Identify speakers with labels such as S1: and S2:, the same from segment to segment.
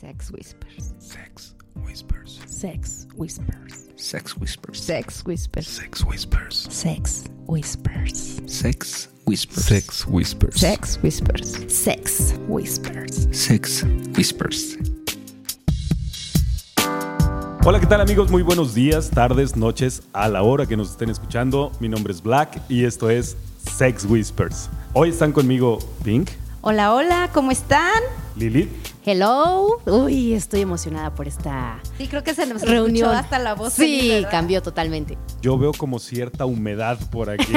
S1: Sex Whispers.
S2: Sex Whispers.
S3: Sex Whispers.
S2: Sex Whispers.
S1: Sex Whispers.
S2: Sex Whispers.
S3: Sex Whispers.
S2: Sex Whispers.
S4: Sex Whispers.
S1: Sex Whispers.
S3: Sex Whispers.
S2: Sex Whispers.
S4: Hola, ¿qué tal amigos? Muy buenos días, tardes, noches, a la hora que nos estén escuchando. Mi nombre es Black y esto es Sex Whispers. Hoy están conmigo Pink,
S1: Hola, hola, ¿cómo están?
S4: Lilith,
S3: Hello. Uy, estoy emocionada por esta
S1: Sí, creo que se nos
S3: reunión.
S1: escuchó hasta la voz.
S3: Sí,
S1: feliz, ¿verdad?
S3: cambió totalmente.
S4: yo veo como cierta humedad por aquí.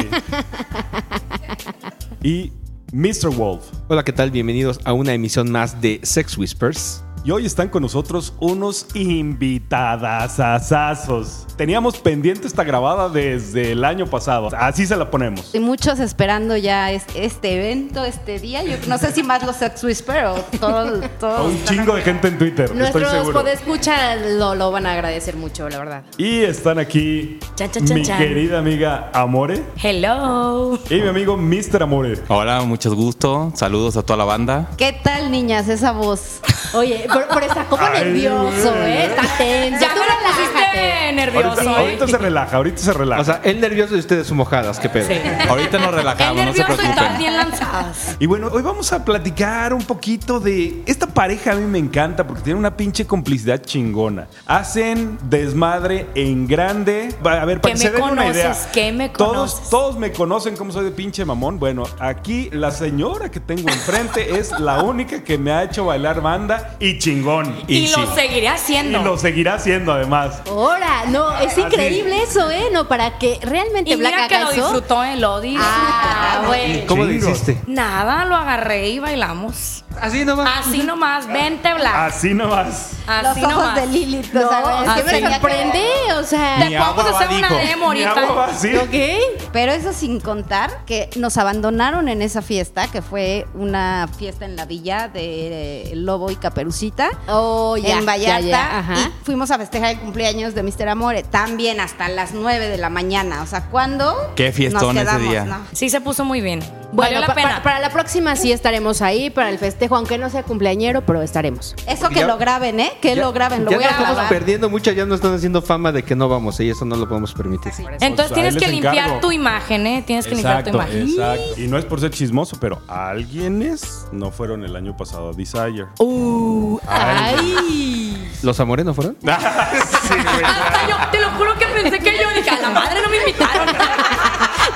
S4: y Mr. Wolf.
S2: Hola, ¿qué tal? Bienvenidos a una emisión más de Sex Whispers.
S4: Y hoy están con nosotros unos invitadasazazos. Teníamos pendiente esta grabada desde el año pasado. Así se la ponemos.
S1: Y muchos esperando ya es- este evento, este día. Yo no sé si más los Sex Whispers o todo.
S4: A
S1: todo
S4: un chingo de gente en Twitter, estoy
S3: Nuestros
S4: seguro.
S3: podescuchas lo, lo van a agradecer mucho, la verdad.
S4: Y están aquí
S3: Chan, chan, chan,
S4: mi
S3: chan.
S4: querida amiga Amore
S3: Hello.
S4: y mi amigo Mr. Amore.
S5: Hola, muchas gusto. Saludos a toda la banda.
S1: ¿Qué tal, niñas? Esa voz.
S3: Oye, pero, pero está como
S4: Ay,
S3: nervioso,
S4: güey.
S3: ¿eh? Está tenso.
S6: Ya
S3: Tú
S6: me la
S3: relájate.
S6: pusiste nervioso. ¿eh?
S4: Ahorita, ahorita se relaja, ahorita se relaja.
S2: O sea, el nervioso y ustedes mojadas, qué pedo.
S5: Ahorita nos
S6: El
S5: relajamos, no se
S6: nervioso está
S5: preocupen.
S6: bien lanzado.
S4: y bueno, hoy vamos a platicar un poquito de esta pareja a mí me encanta porque tiene una pinche complicidad chingona. Hacen desmadre en grande. Va, A ver, para
S6: ¿Qué
S4: que se
S6: me
S4: den una
S6: conoces?
S4: idea.
S6: ¿Qué me
S4: todos,
S6: conoces?
S4: todos me conocen como soy de pinche mamón. Bueno, aquí la señora que tengo enfrente es la única que me ha hecho bailar banda y chingón.
S6: Y,
S5: Y
S6: lo
S5: sí.
S6: seguiré
S4: Y
S6: haciendo.
S4: lo seguirá haciendo además.
S3: Ahora, no, es increíble eso, ¿eh? No, para que realmente
S6: Y
S3: Black
S6: mira que
S3: haga
S6: lo
S3: eso.
S6: disfrutó, eh, lo disfrutó.
S3: Ah, bueno.
S2: ¿Cómo le
S4: Chingos.
S2: hiciste?
S6: Nada, lo agarré y bailamos.
S2: Así
S4: Ah,
S2: nomás.
S6: Así nomás, vente, Black.
S4: Así nomás.
S6: Así
S1: los ojos
S6: nomás.
S1: de Lilith.
S3: No,
S1: o sea,
S3: es que
S1: tenía
S3: me sorprende, o sea.
S6: Te podemos hacer una demo
S4: Mi agua va
S6: ahorita.
S4: así.
S3: ¿Ok?
S1: Pero eso sin contar que nos abandonaron en esa fiesta, que fue una fiesta en la villa de eh, Lobo y Caperucita.
S3: Oh, ya,
S1: en
S3: ya,
S1: Vallarta.
S3: ya, ajá.
S1: Y fuimos a festejar el cumpleaños de Mr. Amore, también hasta las 9 de la mañana. O sea, ¿cuándo?
S5: Qué fiestón
S1: nos
S5: ese
S1: quedamos,
S5: día.
S1: no?
S6: Sí, se puso muy bien.
S3: Bueno,
S6: Valió la
S3: pa-
S6: pena.
S3: pa- para la próxima sí estaremos ahí para el festejo, aunque no sea cumpleañero, pero estaremos.
S1: Eso que
S2: Ya-
S1: lo graben, ¿eh? Que
S2: Ya-
S1: lo graben, lo
S2: ya
S1: voy
S2: nos
S1: a
S2: estamos
S1: grabar.
S2: perdiendo mucho, ya nos están haciendo fama de que no vamos, ¿eh? y eso no lo podemos permitir.
S6: Entonces
S4: Pues, ahí
S6: tienes que
S4: les
S6: limpiar
S4: encargo.
S6: tu imagen, ¿eh? Tienes que limpiar tu imagen.
S4: exacto. Y no es por ser chismoso, pero alguienes no fueron el año pasado a Desire.
S3: Uh, ay.
S2: ¿Los amores no fueron?
S6: Hasta Ah, yo, te lo juro que pensé que yo dije, a la madre no me invitaron.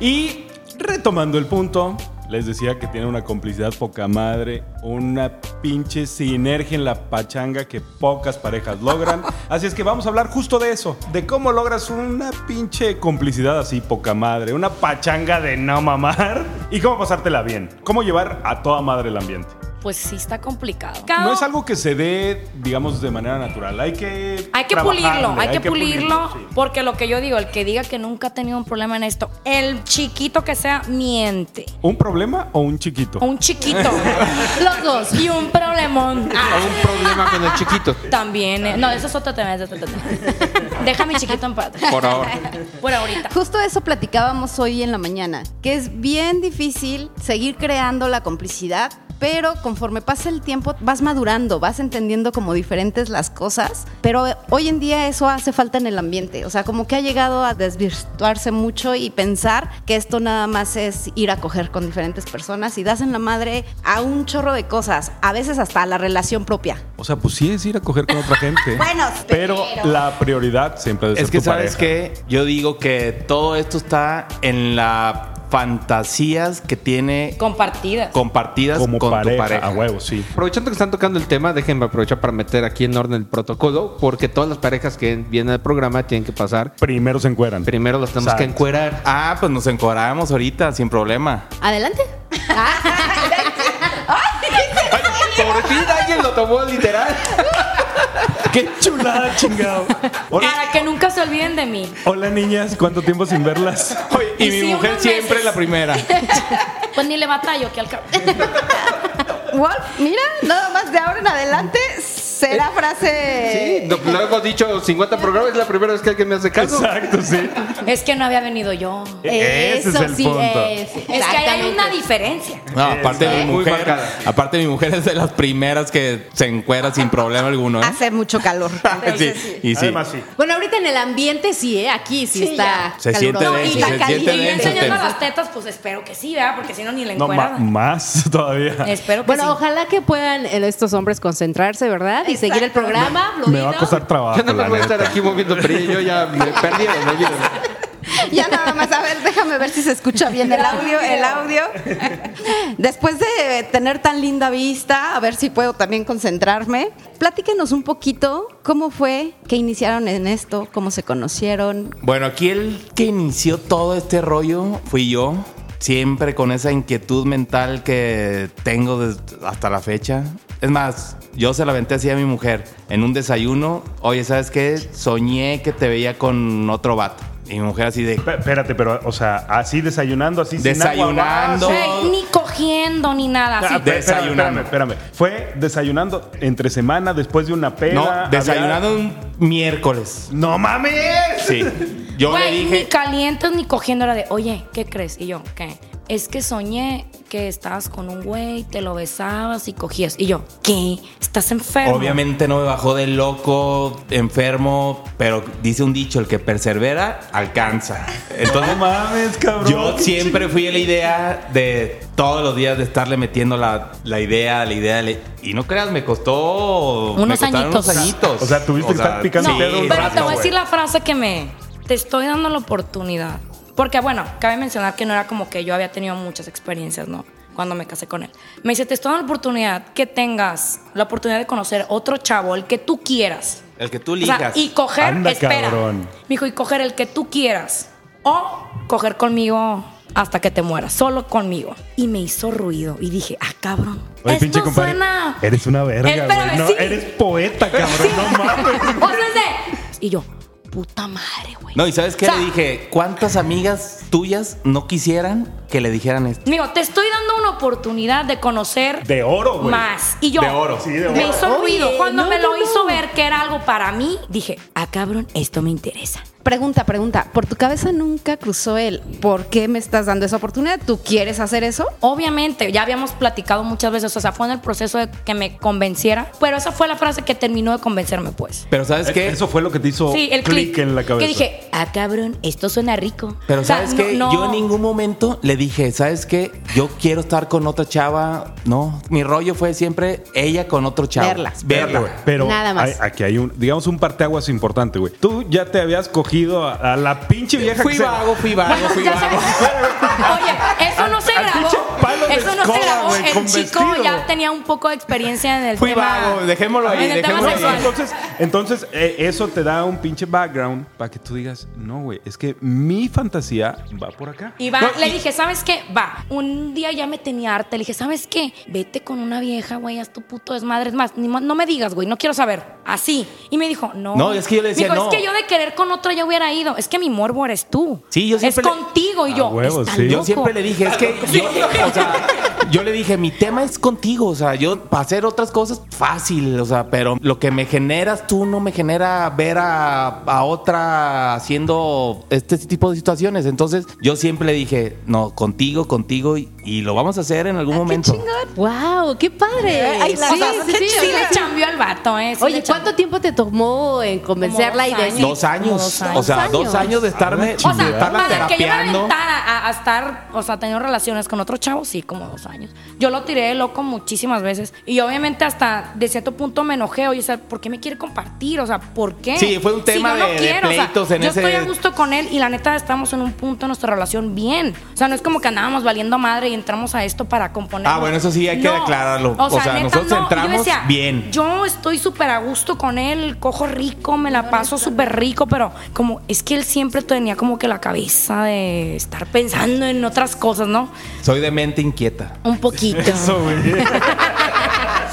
S4: Y retomando el punto, les decía que tiene una complicidad poca madre, una pinche sinergia en la pachanga que pocas parejas logran. Así es que vamos a hablar justo de eso, de cómo logras una pinche complicidad así poca madre, una pachanga de no mamar y cómo pasártela bien, cómo llevar a toda madre el ambiente.
S6: Pues sí, está complicado.
S4: No es algo que se dé, digamos, de manera natural. Hay que.
S6: Hay que
S4: trabajarle,
S6: pulirlo, hay, que, pulirlo,
S4: sí.
S6: porque lo que yo digo, el que diga que nunca ha tenido un problema en esto, el chiquito que sea, miente.
S4: ¿Un problema o un chiquito?
S6: Un chiquito
S3: Los dos.
S6: y un problemón. Ah,
S2: ¿Algún problema con el chiquito?
S6: también. eh. No, eso es otro tema, eso es otro tema. Deja a mi chiquito en paz.
S5: Por ahora.
S6: Por ahorita.
S1: Justo eso platicábamos hoy en la mañana, que es bien difícil seguir creando la complicidad, pero conforme pasa el tiempo vas madurando, vas entendiendo como diferentes las cosas, pero hoy en día eso hace falta en el ambiente, o sea, como que ha llegado a desvirtuarse mucho y pensar que esto nada más es ir a coger con diferentes personas y das en la madre a un chorro de cosas, a veces hasta a la relación propia.
S4: O sea, pues sí es ir a coger con otra gente.
S1: Bueno,
S4: pero, la prioridad siempre debe ser
S5: Es que
S4: tu
S5: sabes
S4: pareja.
S5: que yo digo que todo esto está en las fantasías que tiene
S6: Compartidas.
S5: compartidas
S4: Como
S5: con
S4: pareja,
S5: tu pareja.
S4: A huevo, sí.
S2: Aprovechando que están tocando el tema, déjenme aprovechar para meter aquí en orden el protocolo, porque todas las parejas que vienen al programa tienen que pasar.
S4: Primero se encueran.
S2: Primero las tenemos que
S4: Exacto.
S2: encuerar.
S5: Ah, pues nos encoramos ahorita sin problema.
S3: Adelante.
S2: Por fin alguien lo tomó literal.
S4: ¡Qué chulada, chingado! Hola,
S6: Para que nunca se olviden de mí.
S4: hola, niñas, ¿cuánto tiempo sin verlas?
S5: Y,
S6: Y
S5: mi
S6: sí,
S5: mujer
S6: unos
S5: siempre
S6: meses.
S5: la primera.
S6: Pues ni le batallo que al cabo.
S1: Wolf, mira, nada más de ahora en adelante, Será frase.
S2: Sí, no, luego dicho 50 programas, es la primera vez que alguien me hace caso.
S4: Exacto, sí. E-,
S6: Es que no había venido yo.
S5: Ese es el
S3: sí
S5: punto.
S3: es.
S6: Es que ahí hay
S3: Exactamente.
S6: una diferencia.
S5: No, aparte
S2: Está
S5: mi
S2: muy
S5: mujer,
S2: marcada.
S5: aparte mi mujer es de las primeras que se encuera sin problema alguno, ¿eh?
S1: Hace mucho calor.
S6: Ah,
S5: Sí, y sí.
S4: Además, sí.
S3: Bueno, ahorita en el ambiente sí, ¿eh? Aquí sí,
S6: Sí,
S3: está.
S6: ya.
S5: Se siente
S3: caluroso.
S5: denso,
S3: Y la
S5: se
S3: cali-
S5: siente
S6: y yo
S5: denso el
S6: enseñando
S5: tema.
S6: las tetas, pues espero que sí, ¿verdad? Porque si no, ni la
S4: No, ma-
S6: encuerada.
S4: más todavía.
S6: espero
S3: Bueno,
S6: que pues sí.
S3: ojalá que puedan eh, estos hombres concentrarse, ¿verdad? Y seguir el
S6: Exacto.
S3: programa.
S4: Me
S3: fluido.
S4: va a costar trabajo.
S2: Yo no me
S4: la
S2: voy a estar
S4: neta.
S2: aquí moviendo el brillo, yo ya me perdieron, ayúdenme.
S1: Ya nada más, a ver, déjame ver si se escucha bien el audio, el audio. Después de tener tan linda vista, a ver si puedo también concentrarme. Platíquenos un poquito cómo fue que iniciaron en esto, cómo se conocieron.
S5: Bueno, aquí el que inició todo este rollo fui yo. Siempre con esa inquietud mental que tengo des- hasta la fecha. Es más, yo se la aventé así a mi mujer en un desayuno. Oye, ¿sabes qué? Soñé que te veía con otro vato. Y mi mujer así de...
S7: Pe- Espérate, pero, o sea, así desayunando, así sin agua,
S5: Desayunando.
S7: vas.
S6: Güey, ni cogiendo ni nada.
S7: Ah,
S6: así.
S7: espérame,
S5: Desayunando.
S7: Espérame, espérame. Fue desayunando entre semana después de una peda.
S5: No,
S7: había-
S5: desayunando un miércoles.
S7: ¡No mames!
S5: Sí. Yo
S6: Güey,
S5: le
S6: ni
S5: dije...
S6: calientes ni cogiendo. Era de, oye, ¿qué crees? Y yo, ¿qué? Es que soñé que estabas con un güey, te lo besabas y cogías. Y yo, ¿qué? ¿Estás enfermo?
S5: Obviamente no me bajó de loco, enfermo, pero dice un dicho, el que persevera, alcanza. Entonces,
S4: No mames, cabrón.
S5: Yo siempre fui a la idea de todos los días de estarle metiendo la, la idea, la idea. la- y no creas, me costó.
S6: Unos
S5: me costaron
S6: añitos.
S5: unos añitos.
S7: O sea, tuviste que estar picando
S6: No,
S7: pedo un
S6: pero te
S7: rato,
S6: voy a
S7: güey.
S6: decir la frase que me. Te estoy dando la oportunidad. Porque, bueno, cabe mencionar que no era como que yo había tenido muchas experiencias, ¿no? Cuando me casé con él. Me dice, te estoy dando la oportunidad que tengas la oportunidad de conocer otro chavo, el que tú quieras.
S5: El que tú
S6: O sea,
S5: ligas.
S6: y coger,
S7: Anda,
S6: espera.
S7: cabrón.
S6: Me dijo, y coger el que tú quieras. O coger conmigo hasta que te mueras, solo conmigo. Y me hizo ruido. Y dije, ah, cabrón.
S7: Oye,
S6: esto
S7: pinche compadre.
S6: suena.
S7: Eres una verga,
S6: Espérame,
S7: güey. No,
S6: sí.
S7: eres poeta, cabrón. No mames.
S6: O sea, es de- Y yo, puta madre, güey.
S5: no, y ¿sabes qué?
S6: O sea,
S5: le dije, ¿cuántas amigas tuyas no quisieran que le dijeran esto?
S6: Digo, te estoy dando una oportunidad de conocer
S7: De oro, güey.
S6: más. Y yo
S5: De oro.
S7: Sí, de
S6: me
S7: oro.
S6: hizo
S3: Oye,
S6: ruido. Cuando
S3: no,
S6: me
S3: no,
S6: lo
S3: no.
S6: hizo ver que era algo para mí, dije, ah, cabrón, esto me interesa.
S1: Pregunta, pregunta, ¿por tu cabeza nunca cruzó el por qué me estás dando esa oportunidad? ¿Tú quieres hacer eso?
S6: Obviamente, ya habíamos platicado muchas veces, o sea, fue en el proceso de que me convenciera, pero esa fue la frase que terminó de convencerme, pues.
S5: Pero ¿sabes qué?
S4: Eh, Eso fue lo que te hizo
S6: Sí, el
S4: clic
S6: clic
S4: en la cabeza.
S6: Que dije, ah, cabrón, esto suena rico.
S5: Pero
S6: O sea,
S5: ¿sabes
S6: no-
S5: qué?
S6: no-
S5: Yo en ningún momento le dije, ¿sabes qué? Yo quiero estar con otra chava. No, mi rollo fue siempre ella con otro chavo.
S1: Verla.
S5: Verla.
S7: Güey, Pero
S3: Nada más.
S7: hay- aquí hay un, digamos, un parteaguas importante, güey. Tú ya te habías cogido a, a la pinche vieja
S5: Fui
S7: que se-
S5: vago, fui vago, fui
S6: Ya sabes.
S5: vago.
S6: Oye, eso no se
S7: al
S6: grabó.
S7: pinche palo de
S6: Eso no se
S7: escoba,
S6: grabó.
S7: güey,
S6: el
S7: con
S6: chico
S7: vestido.
S6: ya tenía un poco de experiencia en el
S5: Fui
S6: tema.
S5: vago, dejémoslo ahí,
S6: En el tema
S5: dejémoslo ahí.
S6: sexual.
S7: Entonces, entonces eh, eso te da un pinche background para que tú digas, no, güey, es que mi fantasía va por acá.
S6: Y va,
S5: No,
S6: le
S5: y-
S6: dije, ¿sabes qué? Va. Un día ya me tenía harta. Le dije, ¿sabes qué? Vete con una vieja, güey, haz tu puto desmadre. Es más, ni mo- no me digas, güey, no quiero saber. Así. Y me dijo, no.
S5: No, es que yo le decía,
S6: Me dijo,
S5: no.
S6: es que yo de querer con otra ya hubiera ido. Es que mi morbo eres tú.
S5: Sí, yo siempre
S6: Es
S5: le-
S6: contigo. Y yo,
S7: huevo,
S6: "Está
S7: sí.
S6: loco".
S5: Yo siempre le dije, es que yo, o sea, yo le dije, mi tema es contigo, o sea, yo para hacer otras cosas fácil, o sea, pero lo que me generas tú no me genera ver a, a otra haciendo este tipo de situaciones. Entonces, yo siempre le dije, no, contigo, contigo y, y lo vamos a hacer en
S6: Ah,
S5: algún momento.
S3: ¡Wow! ¡Qué padre!
S1: Ay, la-
S3: sí,
S1: o
S3: sí,
S1: sea,
S3: sí,
S1: qué
S3: o
S6: Sí
S3: sea,
S6: le chambió al vato, ¿eh? Sí
S3: Oye,
S6: le chambeó.
S3: ¿cuánto tiempo te tomó en convencerla y
S6: dos
S3: decir?
S6: años.
S5: Dos años,
S6: Dos
S5: o sea,
S3: años.
S5: dos años de estarme,
S6: O sea,
S5: de estarla
S6: para que yo me
S5: terapeando.
S6: aventara a, a estar, o sea, teniendo relaciones con otro chavo, sí, como dos años. Yo lo tiré de loco muchísimas veces. Y obviamente hasta de cierto punto me enojé. Oye, o sea, ¿por qué me quiere compartir? O sea, ¿por qué?
S5: Sí, fue un
S6: Si
S5: tema
S6: yo no
S5: de- de
S6: quiero, o sea,
S5: pleitos en
S6: yo
S5: ese-
S6: estoy a gusto con él y la neta estamos en un punto de nuestra relación bien. O sea, no es como que andábamos valiendo madre y entramos a esto para componer.
S5: Ah, bueno, eso sí hay que aclararlo. O sea, nosotros entramos bien.
S6: Yo estoy súper a gusto con él, cojo rico, me la paso súper rico, pero como es que él siempre tenía como que la cabeza de estar pensando en otras cosas, ¿no?
S5: Soy de mente inquieta.
S6: Un poquito.
S7: Eso, güey.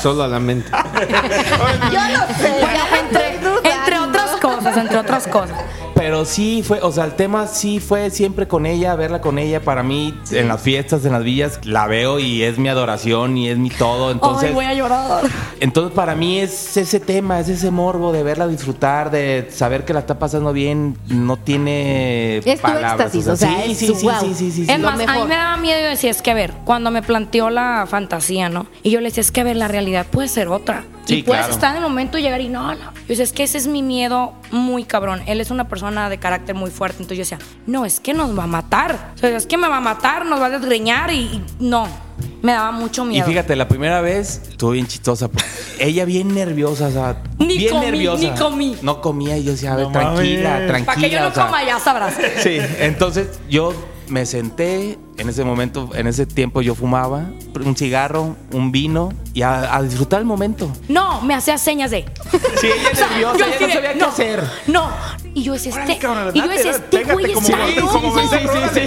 S2: Solo a la mente.
S1: Yo lo sé,
S6: Bueno, entre, entre otras cosas, entre otras cosas.
S5: pero sí fue, o sea, el tema sí fue siempre con ella, verla con ella. Para mí, en las fiestas, en las villas, la veo y es mi adoración y es mi todo. Entonces,
S6: Ay, voy a llorar.
S5: entonces para mí es ese tema, es ese morbo de verla disfrutar, de saber que la está pasando bien, no tiene
S3: Es tu
S5: palabras.
S3: éxtasis, o sea,
S5: sí,
S3: es
S5: sí,
S3: tu
S5: sí,
S3: wow.
S5: sí, sí, sí, sí.
S6: es
S3: lo
S6: más, a mí
S3: mejor.
S6: me daba miedo y decía, es que a ver, cuando me planteó la fantasía, ¿no? Y yo le decía, es que a ver, la realidad puede ser otra.
S5: Sí,
S6: y puedes
S5: claro.
S6: estar en el momento y llegar y no, no. Yo decía, es que ese es mi miedo muy cabrón. Él es una persona de carácter muy fuerte. Entonces yo decía, no, es que nos va a matar. O sea, es que me va a matar, nos va a desgreñar y, y no. Me daba mucho
S5: Y
S6: miedo.
S5: fíjate, la primera vez estuvo bien chistosa. porque Ella bien nerviosa, o sea,
S6: Ni
S5: bien
S6: comí,
S5: nerviosa.
S6: ni comí.
S5: No comía y yo decía, a ver,
S4: No
S5: tranquila,
S4: mames.
S5: tranquila.
S6: Para que yo
S5: o
S6: no
S5: sea.
S6: coma, ya sabrás.
S5: Sí, entonces yo me senté, en ese momento, en ese tiempo yo fumaba un cigarro, un vino y a, a disfrutar el momento.
S6: No, me hacía señas de.
S5: Sí, ella
S6: O sea,
S5: nerviosa,
S6: yo
S5: ella
S6: así
S5: no
S6: de,
S5: sabía qué hacer.
S6: No. Y yo decía,
S4: Órale,
S6: este.
S4: cabrón,
S6: y yo
S4: date,
S6: decía, este
S4: pégate
S6: güey
S4: como
S6: está
S4: veinte,
S6: loco.
S4: como veinte,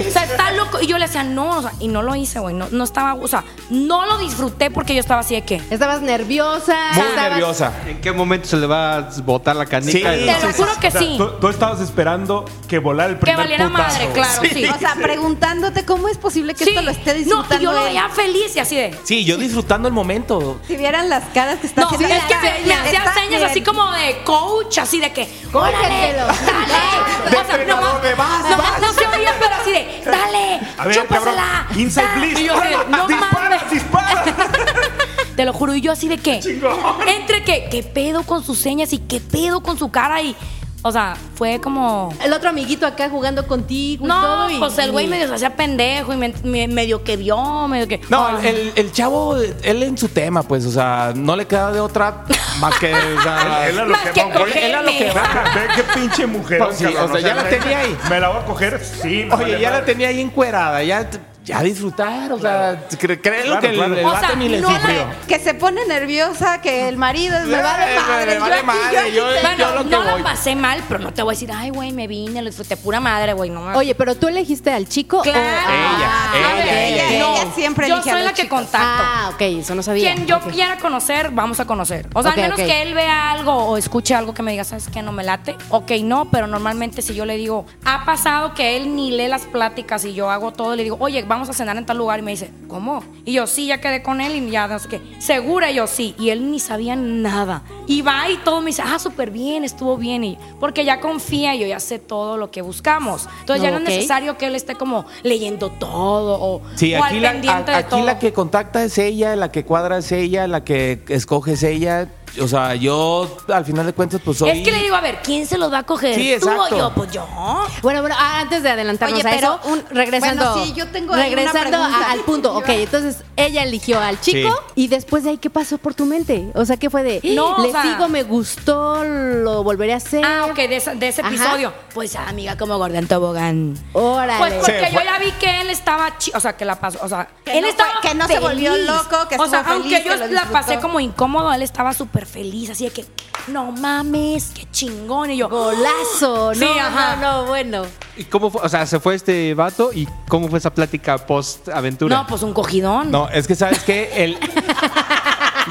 S6: O sea, está loco. Y yo le decía, no, o sea, y no lo hice, güey. No, no estaba, o sea, no lo disfruté porque yo estaba así de que.
S3: Estabas nerviosa.
S5: Muy
S3: estabas-
S5: nerviosa.
S2: ¿En qué momento se le va a botar la canica?
S5: Sí.
S6: Te lo juro que
S4: O sea,
S6: sí.
S4: tú, tú estabas esperando que volara el
S6: Que
S4: primer
S6: valiera
S4: putazo.
S6: madre, claro, sí.
S1: O sea, preguntándote cómo es posible que
S6: Sí.
S1: esto lo esté disfrutando.
S6: No, y yo lo
S1: él.
S6: veía feliz y así de.
S5: Sí, yo disfrutando el momento.
S1: Si vieran las caras que está
S6: No,
S1: haciendo.
S6: es que me, me hacía
S1: Está
S6: señas
S1: bien.
S6: así como de coach, así de que, órale,
S3: Cógetelo.
S5: De
S6: dale, o sea,
S5: entrenador,
S6: nomás-
S5: de vas,
S6: nomás no se oía, pero así de, dale,
S4: A ver,
S6: chúpasela,
S4: cabrón, inside
S6: dale".
S4: please.
S6: Y yo así de, no
S4: disparas,
S6: mames.
S4: disparas.
S6: Te lo juro, y yo así de que, entre que, qué pedo con sus señas y qué pedo con su cara y, o sea, fue como...
S3: El otro amiguito acá jugando contigo y
S6: No,
S3: todo. y-
S6: pues el güey
S3: y-
S6: medio se hacía pendejo y me- me- medio que vio, medio que...
S5: No,
S6: Ay.
S5: el, el- el chavo, él en su tema, pues, o sea, no le queda de otra más que. O sea,
S4: Él a lo
S6: Más
S4: que
S6: que
S4: va, güey.
S6: cogerme.
S5: él a lo que va.
S4: Ve qué pinche mujer.
S5: Pues sí, o sea, ya la tenía ahí.
S4: Me la voy a coger, sí. me
S5: Oye,
S4: vale
S5: ya la
S4: madre.
S5: tenía ahí encuerada, ya, ya disfrutar, o sea, cre- cree lo
S4: Claro,
S5: que el-
S4: claro.
S5: el,
S6: O
S5: vato
S6: sea,
S5: ni le
S6: no la-
S5: sufrió.
S1: Que se pone nerviosa, que el marido es- me vale
S5: Eh,
S1: madre.
S5: me vale
S1: yo aquí,
S5: madre,
S1: yo aquí
S5: yo-
S1: te-
S5: Bueno,
S6: Bueno,
S5: lo que
S6: no
S5: voy.
S6: la pasé mal, pero no te voy a decir, ay, güey, me vine, lo disfruté pura madre, güey, no mames".
S3: Oye, pero tú elegiste al chico. o-
S6: claro.
S5: Ella,
S6: A ver,
S1: ella, ella, ella siempre
S6: Yo
S1: elige a
S6: soy
S1: los
S6: la que
S1: chicos.
S6: contacto.
S3: Ah, ok, eso no sabía.
S6: Quien yo
S3: Ok.
S6: quiera conocer, vamos a conocer. O sea,
S3: Ok,
S6: a menos
S3: ok.
S6: que él vea algo o escuche algo que me diga, ¿sabes qué? No me late. Ok, no, pero normalmente si yo le digo, ha pasado que él ni lee las pláticas y yo hago todo, le digo, oye, vamos a cenar en tal lugar. Y me dice, ¿cómo? Y yo, sí, ya quedé con él y ya no sé qué. Segura Y yo, sí. Y él ni sabía nada. Y va y todo me dice, ah, súper bien, estuvo bien. Y porque ya confía y yo ya sé todo lo que buscamos. Entonces ya no
S3: Ok.
S6: es necesario que él esté como leyendo todo o,
S5: Sí,
S6: o
S5: aquí,
S6: al
S5: la,
S6: pendiente
S5: a-
S6: de
S5: aquí
S6: todo.
S5: la que contacta es ella, la que cuadra es ella, la que escoge es ella. O sea, yo al final de cuentas, pues soy.
S6: Es que le digo, a ver, ¿quién se los va a coger?
S5: Sí,
S6: ¿Tú o
S5: exacto.
S6: yo? Pues yo.
S3: Bueno, bueno, ah, antes de adelantarnos
S1: Oye,
S3: a
S1: pero
S3: eso,
S1: un-
S3: regresando,
S1: bueno, sí, yo tengo ahí una
S3: regresando a-
S1: pregunta.
S3: al punto. Ok, entonces ella eligió al chico y después de ahí, ¿qué pasó por tu mente? O sea, ¿qué fue de?
S6: No,
S3: le
S6: o sea-
S3: sigo, me gustó, lo volveré a hacer.
S6: Ah, ok, de, esa- de ese
S3: Ajá.
S6: episodio. Pues amiga, como gorda en tobogán.
S3: Órale.
S6: Pues porque
S5: Se
S6: yo
S5: fue.
S6: ya vi que él estaba, chi- o sea, que la pasó, o sea,
S1: Que
S6: él
S1: no
S6: estaba
S1: fue- que no se volvió
S6: feliz.
S1: loco, que
S6: O sea,
S1: estuvo feliz,
S6: aunque yo
S1: que lo
S6: la pasé
S1: disfrutó.
S6: como incómodo, él estaba súper feliz, así de que, no mames, qué chingón. Y yo, "Ah".
S3: Golazo, no,
S6: Sí, ajá.
S3: no, no, bueno.
S2: ¿Y cómo fue? O sea, se fue este vato y cómo fue esa plática post-aventura.
S6: No, pues un cogidón.
S5: No, es que sabes que el.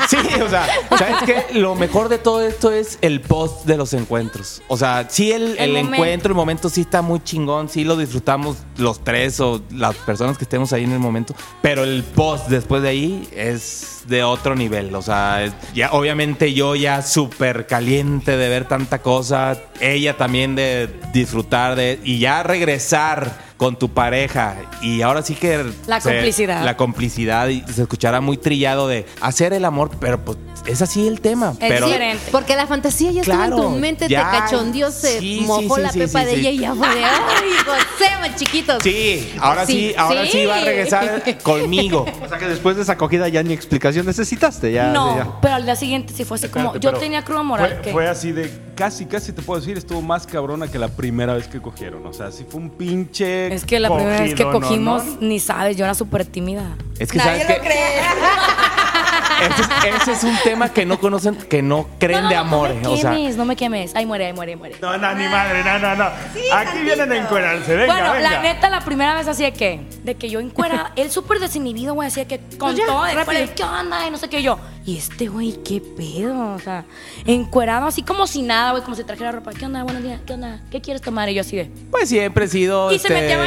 S5: Sí, o sea, ¿sabes qué? Lo mejor de todo esto es el post de los encuentros. O sea, sí, el,
S6: El
S5: el
S6: momento.
S5: encuentro, el momento sí está muy chingón, sí lo disfrutamos los tres o las personas que estemos ahí en el momento, pero el post después de ahí es de otro nivel. O sea, es- ya, obviamente yo ya súper caliente de ver tanta cosa, ella también de disfrutar de... Y ya regresar con tu pareja y ahora sí que...
S6: La
S5: se-
S6: complicidad.
S5: La complicidad y se escuchará muy trillado de hacer el amor, pero pues es así el tema. pero
S6: diferente.
S3: Porque la fantasía ya estuvo
S5: Claro,
S3: en tu mente,
S5: ya.
S3: te cachondió, se
S5: Sí, sí,
S3: mojó
S5: sí,
S3: la
S5: sí,
S3: pepa
S5: sí,
S3: de
S5: sí.
S3: ella y ya fue de, ay, gocemos, chiquitos.
S5: sí, ahora sí,
S3: Sí,
S5: ahora sí.
S3: sí.
S5: va a regresar conmigo.
S2: O sea, que después de esa acogida ya ni explicación necesitaste. Ya,
S6: no,
S2: ya.
S6: pero al día siguiente sí fue así como,
S4: Espérate,
S6: yo
S4: pero
S6: tenía cruda moral.
S4: Fue,
S6: que-
S4: fue así de casi, casi te puedo decir, estuvo más cabrona que la primera vez que cogieron. O sea, sí fue un pinche.
S6: Es que la primera vez que
S4: cogido, ¿no?
S6: cogimos, ni sabes, yo era súper tímida.
S5: Es que
S1: Nadie
S5: sabes
S1: lo
S5: que
S1: cree.
S5: ese es, ese es un tema que no conocen, que no creen de amor.
S6: No,
S5: o
S6: me
S5: sea,
S6: quemes, no me quemes. Ay, muere, ay, muere, ay, muere.
S4: No, no, ni madre, no, no, no. Aquí vienen a encuerarse, venga,
S6: bueno,
S4: venga.
S6: la neta, la primera vez así de que, de que yo encuera, él súper desinhibido, güey, así de que con
S3: Pues ya,
S6: todo, de
S3: rápido.
S6: fuera, ¿qué onda? Y no sé qué, y yo, Y este güey, qué pedo, o sea, encuerado así como si nada, güey, como si trajera ropa. ¿Qué onda? Buenos días, ¿qué onda? ¿Qué quieres tomar? Y yo así de.
S5: Pues siempre he sido.
S6: Y se
S5: este,
S6: metía a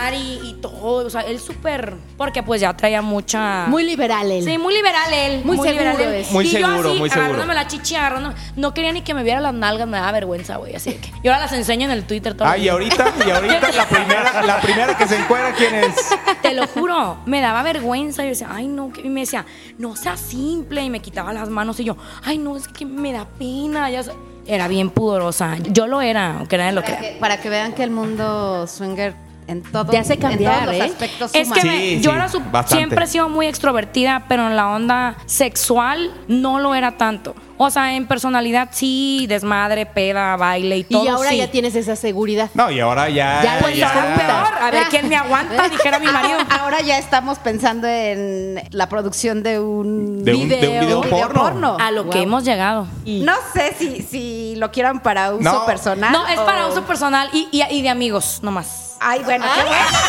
S6: bañar y, y todo, o sea, él súper. Porque pues ya traía mucha.
S3: Muy liberal él.
S6: Sí, muy liberal él.
S3: Muy seguro
S6: liberal
S3: es.
S5: Muy
S6: y yo
S5: seguro,
S6: así,
S5: muy seguro.
S6: agarrándome la chichi, agarrándome. No quería ni que me viera las nalgas, me daba vergüenza, güey. Así de que. Y ahora las enseño en el Twitter todo.
S5: Ah, y ahorita, y ahorita la primera, la primera que se encuentra, ¿quién es?
S6: Te lo juro, me daba vergüenza. Y yo decía, ay, no. que-". Y me decía, no sea simple. Y me quitaba las manos. Y yo, ay, no, es que me da pena. Ya sé. Era bien pudorosa. Yo lo era, aunque nadie lo
S1: Para
S6: crea.
S1: que, para que vean que el mundo swinger en, todo,
S3: Te hace cambiar,
S1: en todos
S3: ¿eh?
S1: los aspectos
S6: Es que
S1: suma.
S6: me-
S5: Sí,
S6: yo
S5: sí,
S6: era su-
S5: bastante.
S6: siempre he sido muy extrovertida, pero en la onda sexual no lo era tanto. O sea, en personalidad sí, desmadre, peda, baile y todo.
S3: y ahora
S6: sí.
S3: ya tienes esa seguridad.
S5: No, y ahora ya.
S3: Ya lo
S6: Pues aún peor. A ver quién me aguanta, dijera mi marido.
S1: Ah, Ahora ya estamos pensando en la producción de un
S5: De un- de un video porno.
S6: A lo que hemos llegado.
S1: No sé si, si lo quieran para uso
S5: No.
S1: personal.
S6: No, es
S1: o-
S6: para uso Ah. personal y, y- y de amigos, nomás.
S1: Ay, bueno, qué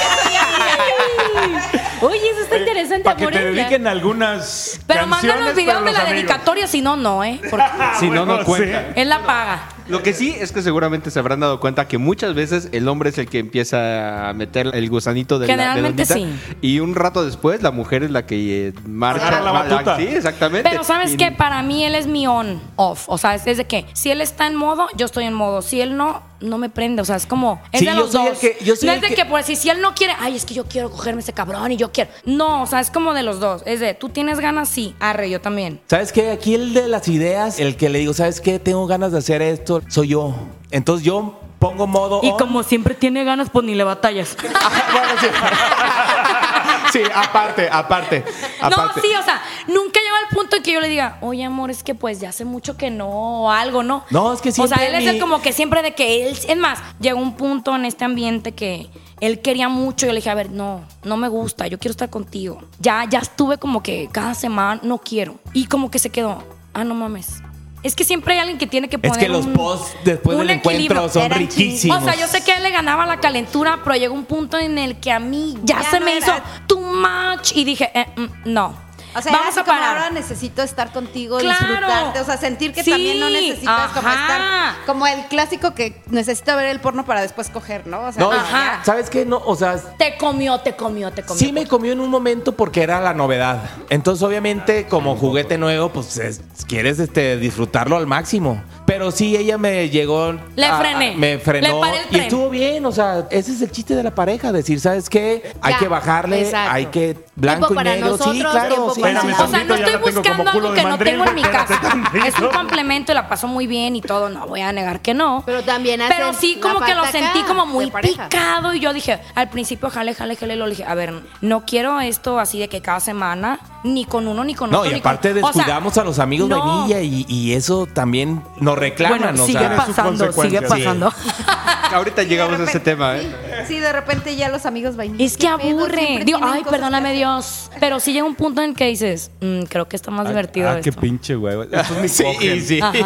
S1: bueno.
S3: Oye, eso está interesante,
S4: Eh, Para que te
S3: Morelia.
S4: dediquen algunas
S6: Pero
S4: canciones
S6: mandan los
S4: para
S6: videos de
S4: los
S6: la
S4: amigos. Ah,
S6: dedicatoria, si no, no, ¿eh? Porque
S2: Si no, no
S4: sí.
S2: cuenta.
S6: él la paga.
S2: Lo que sí es que seguramente se habrán dado cuenta que muchas veces el hombre es el que empieza a meter el gusanito de la de la
S6: Generalmente
S2: hormita,
S6: sí.
S2: y un rato después la mujer es la que eh, marca
S4: Agarra la
S2: ma-
S4: batuta.
S2: Sí, exactamente.
S6: Pero ¿sabes
S2: Y-
S6: qué? Para mí él es mi on, off. O sea, es de que si él está en modo, yo estoy en modo. Si él no, no me prende. O sea, es como... Es
S5: Sí,
S6: de
S5: yo
S6: los
S5: soy el
S6: dos.
S5: que- yo soy
S6: no
S5: el
S6: es
S5: que-
S6: de que, por si, si él no quiere, ay, es que yo quiero cogerme ese cabrón y yo quiero... No, o sea, es como de los dos. Es de, tú tienes ganas, sí. Arre, yo también.
S5: ¿Sabes qué? Aquí el de las ideas, el que le digo, ¿sabes qué? Tengo ganas de hacer esto, soy yo. Entonces yo pongo modo. on.
S6: siempre tiene ganas, pues ni le batallas.
S5: Ah, bueno, sí. sí, aparte, aparte. aparte.
S6: No, sí, o sea, nunca llega al punto en que yo le diga, oye, amor, es que pues ya hace mucho que no, o algo, ¿no?
S5: No, es que
S6: O sea,
S5: siempre
S6: él es el
S5: mi-
S6: como que siempre de que él. Es más, llegó un punto en este ambiente que él quería mucho. Yo le dije, a ver, no, no me gusta, yo quiero estar contigo. Ya, ya estuve como que cada semana no quiero. Y como que se quedó, ah, no mames. Es que siempre hay alguien que tiene que
S5: Es
S6: poner.
S5: que los
S6: un-
S5: posts después
S6: un
S5: del encuentro
S6: equilibrio.
S5: son
S1: Eran
S5: riquísimos.
S6: O sea, yo sé que a él le ganaba la calentura, pero llegó un punto en el que a mí ya,
S1: Ya
S6: se
S1: no
S6: me
S1: era.
S6: hizo too much y dije, eh, mm, no.
S1: O sea,
S6: Vamos a parar.
S1: ahora necesito estar contigo,
S6: Claro.
S1: disfrutarte, o sea, sentir que
S6: Sí,
S1: también no necesitas como
S6: ajá.
S1: estar como el clásico que necesita ver el porno para después coger, ¿no? O sea,
S5: No,
S1: ya-
S6: Ajá.
S5: ¿sabes qué? No, o sea,
S6: Te comió, te comió, te comió.
S5: Sí me comió en un momento porque era la novedad. Entonces, obviamente, como juguete nuevo, pues es- quieres este, disfrutarlo al máximo. Pero sí, ella me llegó.
S6: Le
S5: a-
S6: frené.
S5: a- me frenó.
S6: Le paré el
S5: y
S6: tren.
S5: estuvo bien. O sea, ese es el chiste de la pareja. Decir, ¿sabes qué? Hay
S1: Ya,
S5: que bajarle,
S1: exacto.
S5: hay que blanco
S1: Tiempo para
S5: y negro. sí,
S1: nosotros,
S5: claro.
S1: tiempo
S5: Sí,
S1: para
S5: sí,
S1: mí.
S5: sí.
S6: O sea, no
S4: Ya
S6: estoy
S4: la tengo como
S6: buscando
S4: culo
S6: algo
S4: de
S6: que no
S4: mandril,
S6: tengo en mi
S4: espérate
S6: casa.
S4: tantito.
S6: Es un complemento y la paso muy bien y todo. No voy a negar que no.
S3: Pero también hace
S6: Pero sí,
S3: la
S6: como que lo
S3: falta
S6: sentí
S3: acá,
S6: como
S3: de
S6: muy
S3: pareja.
S6: picado. Y yo dije, al principio, jale, jale, jale. Lo dije, a ver, no quiero esto así de que cada semana, ni con uno, ni con
S5: No,
S6: otro.
S5: y
S6: ni con-
S5: aparte
S6: O sea,
S5: descuidamos a los amigos
S6: no.
S5: vainilla y, y eso también nos reclaman.
S6: Bueno,
S5: o
S6: sigue
S5: sea.
S6: pasando, sigue
S5: consecuencias.
S6: pasando.
S2: Ahorita
S1: Sí, de
S2: llegamos a ese
S1: repente-
S2: tema, ¿eh?
S1: sí, Sí, de repente ya los amigos vainillas.
S6: Es que
S1: ¿qué pedo?
S6: aburre.
S1: Siempre
S6: Digo,
S1: tienen
S6: ay,
S1: cosas
S6: perdóname
S1: que hacer.
S6: Dios. Pero sí llega un punto en que dices, "Mm, creo que está más divertido
S4: Ah, qué
S6: esto.
S4: pinche, güey. Eso es mi
S5: Sí,
S4: cogen.
S5: sí.
S6: Ajá.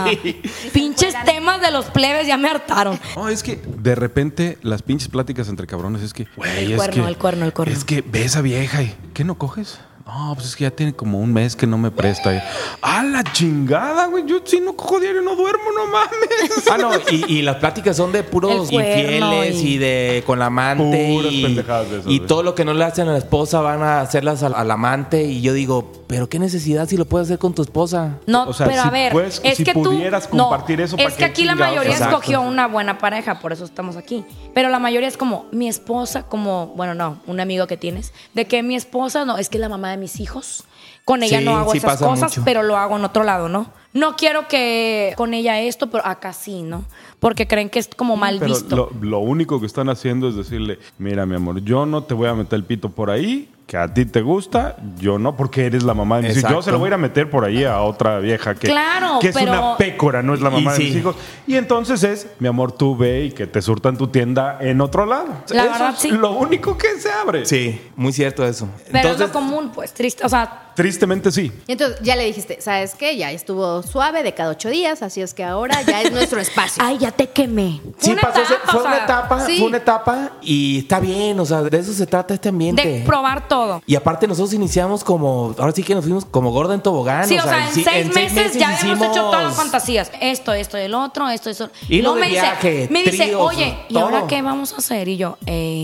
S6: Pinches temas de los plebes ya me hartaron.
S4: No, es que de repente las pinches pláticas entre cabrones es que, güey,
S6: El
S4: es
S6: cuerno,
S4: que-
S6: el cuerno, el cuerno.
S4: Es que ve esa vieja y ¿qué no coges? No, pues es que ya tiene como un mes que no me presta. Y, ah, la chingada, güey. Yo si no cojo diario no duermo, no mames.
S5: Ah, no, y, y las pláticas son de puros
S6: El cuerno
S5: infieles
S6: y-
S5: y... de con la amante.
S4: Puras
S5: y,
S4: pendejadas de esas,
S5: y
S4: güey.
S5: todo lo que no le hacen a la esposa van a hacerlas al, al amante. Y yo digo, ¿pero qué necesidad si lo puedes hacer con tu esposa?
S6: No,
S4: O sea,
S6: pero
S4: si
S6: a ver,
S4: puedes-
S6: es
S4: si
S6: que tú
S4: pudieras compartir eso, ¿para
S6: es que
S4: qué
S6: aquí la
S4: chingados?
S6: mayoría
S5: Exacto.
S6: escogió una buena pareja, por eso estamos aquí. Pero la mayoría es como mi esposa, como bueno, no, un amigo que tienes, de que mi esposa no, es que es la mamá de mis hijos. Con ella
S5: Sí,
S6: no hago
S5: sí
S6: esas
S5: pasa
S6: cosas,
S5: mucho.
S6: pero lo hago en otro lado, ¿no? No quiero que con ella esto, pero acá sí, ¿no? Porque creen que es como mal
S4: Pero
S6: visto.
S4: Lo, lo único que están haciendo es decirle, mira, mi amor, yo no te voy a meter el pito por ahí, que a ti te gusta, yo no, porque eres la mamá de mis hijos. Yo
S5: Exacto.
S4: se lo voy a ir a meter por ahí a otra vieja que,
S6: Claro,
S4: que es
S6: pero-
S4: una pécora, no es la
S5: Y
S4: mamá de
S5: sí.
S4: mis hijos. Y entonces es, mi amor, tú ve y que te surtan tu tienda en otro lado.
S6: La
S4: Eso
S6: verdad,
S4: es
S6: sí.
S4: lo único que se abre.
S5: Sí, muy cierto eso.
S6: Pero es lo común, pues, triste. O sea,
S4: Tristemente sí.
S8: Y entonces ya le dijiste, ¿sabes qué? Ya estuvo suave de cada ocho días, así es que ahora ya es nuestro espacio.
S3: Ay, ya te quemé.
S5: Sí,
S6: Una
S5: pasó, ese-
S6: etapa,
S5: fue
S6: o
S5: una
S6: sea,
S5: etapa,
S8: sí.
S5: fue una etapa y está bien, o sea, de eso se trata este ambiente.
S6: De probar todo.
S5: Y aparte nosotros iniciamos como, ahora sí que nos fuimos como gorda en tobogán.
S6: Sí, o sea, en,
S5: sí-
S6: seis, meses, ya habíamos
S5: hicimos-
S6: hecho todas las fantasías. Esto, esto, el otro, esto, eso.
S5: Y lo
S6: Luego
S5: de
S6: me dice,
S5: viaje,
S6: me dice,
S5: tríos,
S6: oye, ¿y
S5: todo.
S6: ahora qué vamos a hacer? Y yo, eh,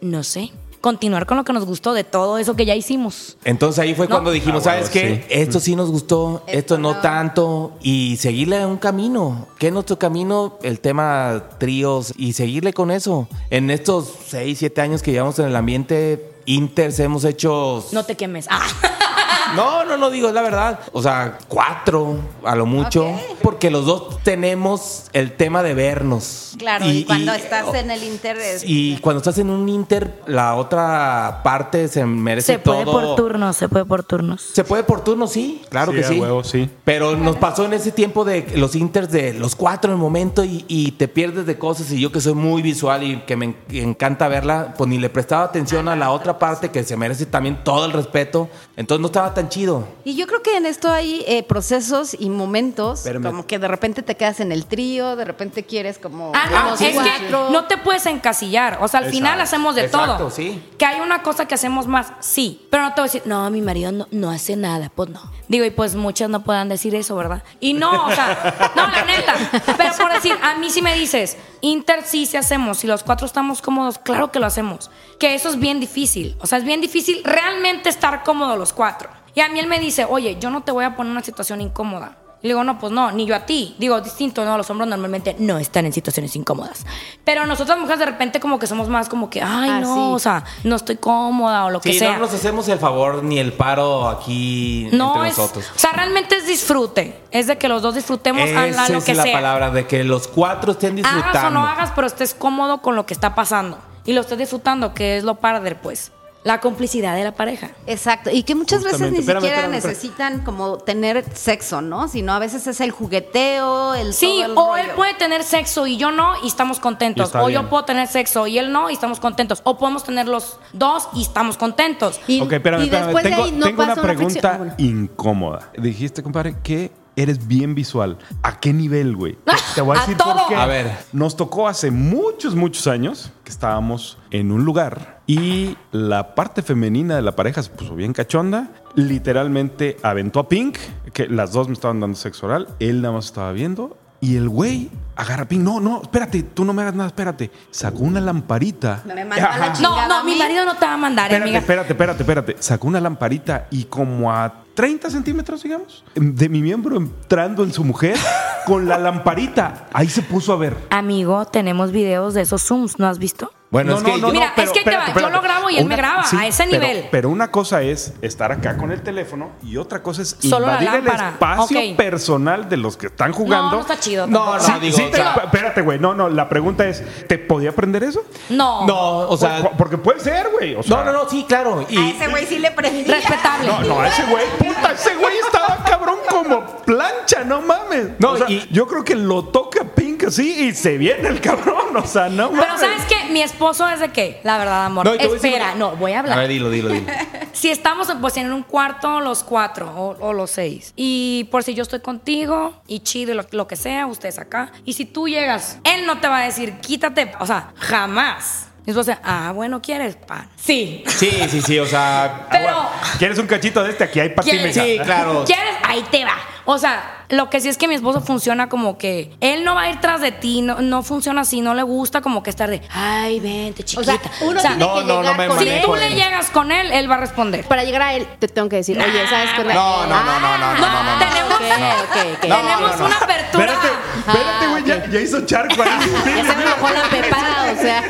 S6: no sé. Continuar con lo que nos gustó de todo eso que ya hicimos.
S5: Entonces ahí fue
S6: No.
S5: cuando dijimos,
S4: Ah, bueno,
S5: ¿sabes qué? Esto sí nos gustó, esto, no, tanto. Y seguirle un camino. ¿Qué es nuestro camino? El tema tríos y seguirle con eso. En estos 6, 7 años que llevamos en el ambiente, Inters hemos hecho...
S6: No te quemes. Ah.
S5: No, no, no digo, es la verdad. O sea, cuatro a lo mucho. Porque los dos tenemos el tema de vernos.
S1: Claro, y, cuando estás
S5: oh.
S1: en el interés.
S5: Y cuando estás en un Inter, la otra parte se merece
S6: Se puede
S5: todo.
S6: por turnos, se puede por turnos.
S5: Se puede por turno, sí, claro
S4: Sí,
S5: que
S4: a
S5: sí.
S4: huevo, sí.
S5: Pero nos pasó en ese tiempo de los inters de los cuatro en el momento y, y te pierdes de cosas. Y yo que soy muy visual y que me en- encanta verla, pues ni le prestaba atención a la otra parte que se merece también todo el respeto. Entonces no estaba tan chido.
S1: Y yo creo que en esto hay eh, procesos y momentos,
S5: Espérame.
S1: como que de repente te quedas en el trío, de repente quieres como...
S6: Ah, no,
S1: los
S6: es que
S1: cuatro.
S6: no te puedes encasillar. O sea, al final
S5: Exacto,
S6: hacemos de
S5: exacto,
S6: todo.
S5: sí.
S6: Que hay una cosa que hacemos más, sí. Pero no te voy a decir, no, mi marido no, no hace nada. Pues no. Digo, y pues muchas no puedan decir eso, ¿verdad? Y no, o sea, no, la neta. Pero por decir, a mí si me dices, Inter sí, sí hacemos. Si los cuatro estamos cómodos, claro que lo hacemos. Que eso es bien difícil. O sea, es bien difícil realmente estar cómodos los cuatro. Y a mí él me dice, oye, yo no te voy a poner en una situación incómoda. Y le digo, no, pues no, ni yo a ti. Digo, distinto, no, los hombres normalmente no están en situaciones incómodas. Pero nosotras mujeres de repente como que somos más como que, ay,
S1: Ah,
S6: no,
S1: sí.
S6: o sea, no estoy cómoda o lo que
S5: Sí,
S6: sea.
S5: no nos hacemos el favor ni el paro aquí
S6: No,
S5: entre
S6: es,
S5: nosotros.
S6: o sea, realmente es disfrute. Es de que los dos disfrutemos a la-
S5: Esa
S6: lo
S5: es
S6: que
S5: la
S6: sea.
S5: palabra de que los cuatro estén disfrutando.
S6: Hagas o no hagas, pero estés cómodo con lo que está pasando. Y lo estés disfrutando, que es lo padre, pues. La complicidad de la pareja.
S1: Exacto, y que muchas veces
S4: Justamente.
S1: ni
S4: Espérame,
S1: siquiera
S4: espérame, espérame.
S1: necesitan como tener sexo, ¿no? Sino a veces es el jugueteo, el
S6: Sí,
S1: todo el
S6: o
S1: rollo.
S6: él puede tener sexo y yo no y estamos
S4: Y
S6: contentos.
S4: está
S6: o
S4: bien.
S6: yo puedo tener sexo y él no y estamos contentos. O podemos tener los dos y estamos contentos.
S1: Y,
S4: ok, espérame,
S1: y
S4: espérame.
S1: después
S4: Tengo,
S1: de ahí no
S4: tengo
S1: pasa
S4: una pregunta
S8: Ah,
S1: fricción. Bueno.
S4: incómoda. Dijiste, compadre, que eres bien visual. ¿A qué nivel, güey? Te- Te voy a
S6: A
S4: decir
S6: todo.
S4: por qué.
S5: A ver.
S4: Nos tocó hace muchos, muchos años que estábamos en un lugar y la parte femenina de la pareja se puso bien cachonda. Literalmente aventó a Pink, que las dos me estaban dando sexo oral. Él nada más estaba viendo. Y el güey agarra a Pink. No, no, espérate, tú no me hagas nada, espérate. Sacó una lamparita.
S1: Me mandó a la
S4: Ajá.
S6: No,
S1: chingada a
S6: no, mi
S1: mí.
S6: marido no te va a mandar, eh,
S4: Espérate,
S6: amiga.
S4: espérate, espérate, espérate. Sacó una lamparita y como a 30 centímetros, digamos, de mi miembro entrando en su mujer con la lamparita. Ahí se puso a ver.
S6: Amigo, tenemos videos de esos Zooms, ¿no has visto?
S5: Bueno,
S4: No,
S5: es que
S4: no,
S5: yo-
S4: no,
S6: Mira,
S4: no, pero
S6: es que ahí te va, yo lo grabo y él me graba, a ese
S4: pero-
S6: nivel.
S4: Pero una cosa es estar acá con el teléfono y otra cosa es
S6: Solo la
S4: invadir el
S6: lámpara.
S4: espacio
S6: Ok.
S4: personal de los que están jugando.
S6: No, no está chido.
S5: No,
S6: tampoco.
S5: no,
S4: Sí,
S5: digo,
S4: sí,
S5: o
S4: te-
S5: sea-
S4: espérate, güey. No, no, la pregunta es, ¿te podía aprender eso?
S6: No.
S5: No, o sea,
S4: Por- porque puede ser, güey. o sea-
S5: no, no, no, sí, claro. Y,
S1: A ese güey sí le prendí.
S6: Respetable.
S4: No, no, ese güey, puta, ese güey estaba cabrón como plancha, no mames.
S5: No,
S4: O sea,
S5: y-
S4: yo creo que lo toca Pink así y se viene el cabrón, o sea, no mames.
S6: Pero ¿sabes qué? Mi esposo es de qué? La verdad, amor.
S5: No, y te voy a decir
S6: Espera,
S5: una-
S6: no, voy a
S5: a
S6: hablar.
S5: ver, dilo, dilo, dilo.
S6: Si estamos pues en un cuarto los cuatro o, o los seis. Y por si yo estoy contigo y chido y lo, lo que sea, ustedes acá. Y si tú llegas, él no te va a decir, quítate. O sea, jamás. Y después, ah, bueno, ¿quieres pan? Sí.
S5: Sí, sí, sí, o sea,
S6: Pero...
S4: ¿Quieres un cachito de este? Aquí hay para ti,
S6: ¿Quieres?
S4: mija.
S5: Sí, claro.
S6: ¿Quieres? Ahí te va. O sea, lo que sí es que mi esposo funciona como que él no va a ir tras de ti, no, no funciona así, no le gusta como que estar de, ay, vente,
S8: O sea,
S6: chiquita.
S8: uno
S6: O sea,
S8: tiene
S5: No,
S8: que
S5: no, no
S8: llegar
S5: me
S8: con
S6: si
S5: manejo
S6: tú
S8: él. Pues,
S6: le
S5: él.
S6: llegas con él, él va a responder.
S8: Para llegar a él, te tengo que decir, oye, ¿sabes qué? Ah,
S5: No, no, no, no, no, no, no, no, no.
S6: Tenemos,
S8: Ok, ok, ok.
S6: tenemos una apertura.
S4: Espérate, espérate, güey, ya, ya hizo charco ahí.
S8: Ya se me bajó la pepada, o sea.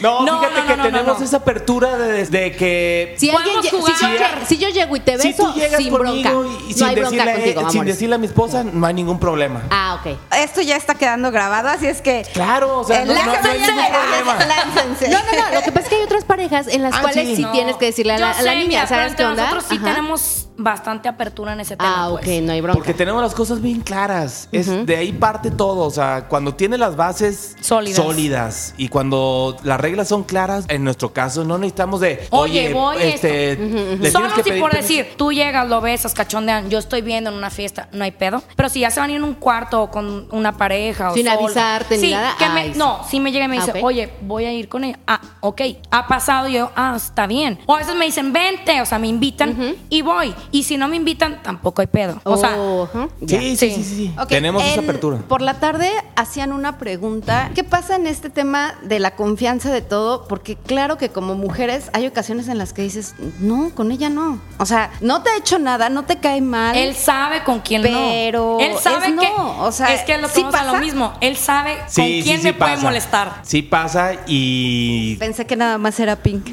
S5: No,
S6: No,
S5: fíjate
S6: no,
S5: que
S6: no, no,
S5: tenemos
S6: no.
S5: esa apertura de, de que
S8: Si,
S6: Podemos
S8: alguien, lle-
S6: jugar.
S8: si, yo, lle- si yo llego y te
S5: si tú
S8: beso,
S5: llegas
S8: sin bronca.
S5: conmigo y
S8: no
S5: sin,
S8: hay
S5: decirle,
S8: bronca
S5: a-
S8: contigo,
S5: sin
S8: amor.
S5: decirle a mi esposa, no hay ningún problema.
S8: Ah, ok.
S1: Esto ya está quedando grabado, así es que...
S5: Claro, o sea,
S1: Eh,
S5: no, no, no hay
S1: láncense,
S5: ningún problema.
S1: láncense.
S8: No, no, no. Lo que pasa es que hay otras parejas en las
S5: Ah,
S8: cuales
S5: sí.
S8: sí,
S5: No.
S8: tienes que decirle a la,
S6: Yo
S8: a la
S6: sé,
S8: niña,
S6: mira, pero
S8: ¿sabes
S6: entre
S8: qué onda?
S6: Nosotros sí
S8: Ajá.
S6: tenemos bastante apertura en ese tema.
S8: Ah, ok,
S6: pues.
S8: no hay bronca.
S5: Porque tenemos las cosas bien claras. Es de ahí parte todo. O sea, cuando tiene las bases
S6: Sólidas.
S5: sólidas y cuando las reglas son claras, en nuestro caso no necesitamos de
S6: Oye, voy a
S5: este,
S6: esto".
S5: le tienes
S6: Solo
S5: que
S6: si
S5: pedir
S6: por
S5: permiso.
S6: decir, tú llegas, lo besas, cachondean, yo estoy viendo en una fiesta, no hay pedo. Pero si ya se van a ir en un cuarto o con una pareja o
S8: Sin
S6: solos.
S8: avisarte ni
S6: Sí,
S8: nada,
S6: que me-
S8: ay, sí.
S6: no, si me llega y me
S8: Ah,
S6: dice,
S8: ok.
S6: oye, voy a ir con ella. Ah, ok. Ha pasado y yo, ah, está bien. O a veces me dicen, vente, o sea, me invitan y voy. Y si no me invitan, tampoco hay pedo. O sea,
S8: Oh, ajá.
S5: Sí, sí,
S6: Sí.
S5: sí, sí, sí.
S1: Ok,
S5: Tenemos esa
S1: en-
S5: apertura.
S1: Por la tarde hacían una pregunta. ¿Qué pasa en este tema de la confianza de todo? Porque claro que como mujeres hay ocasiones en las que dices, no, con ella no. O sea, no te ha hecho nada, no te cae mal.
S6: Él sabe con quién
S1: Pero
S6: no. Él sabe
S1: es
S6: que
S1: no, o sea,
S6: es que lo
S1: ¿sí
S6: vamos a lo
S1: pasa?
S6: mismo. Él sabe
S5: Sí,
S6: con
S5: sí,
S6: quién
S5: sí
S6: me puede
S5: pasa.
S6: molestar.
S5: Sí pasa y...
S1: Pensé que nada más era Pink.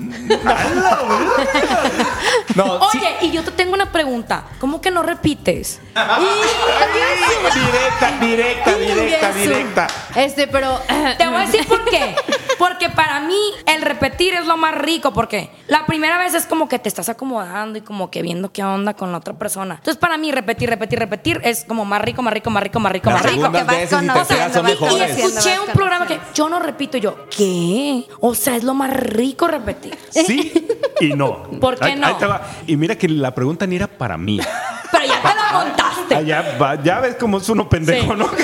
S5: No, sí-
S6: Oye, y yo te tengo una pregunta. ¿Cómo que no repites?
S5: directa, directa, directa, directa.
S8: Este, pero.
S6: Te voy a decir por qué. Porque para mí el repetir es lo más rico, porque la primera vez es como que te estás acomodando y como que viendo qué onda con la otra persona. Entonces para mí repetir, repetir, repetir es como más rico, más rico, más rico, más rico,
S5: Las
S6: más rico.
S5: segundas
S1: que vas
S5: veces y
S1: conociendo,
S5: terceras son
S1: vas
S6: Y
S1: mejores.
S5: mejores.
S6: escuché un programa que yo no repito, y yo, ¿qué? O sea, es lo más rico repetir.
S4: Sí y no.
S6: ¿Por qué
S4: Ahí- ahí
S6: no?
S4: te va. Y mira que la pregunta ni era para mí.
S6: Pero ya te lo contaste.
S4: Ah, ya, va- ya ves cómo es uno pendejo,
S6: Sí.
S4: ¿no? Que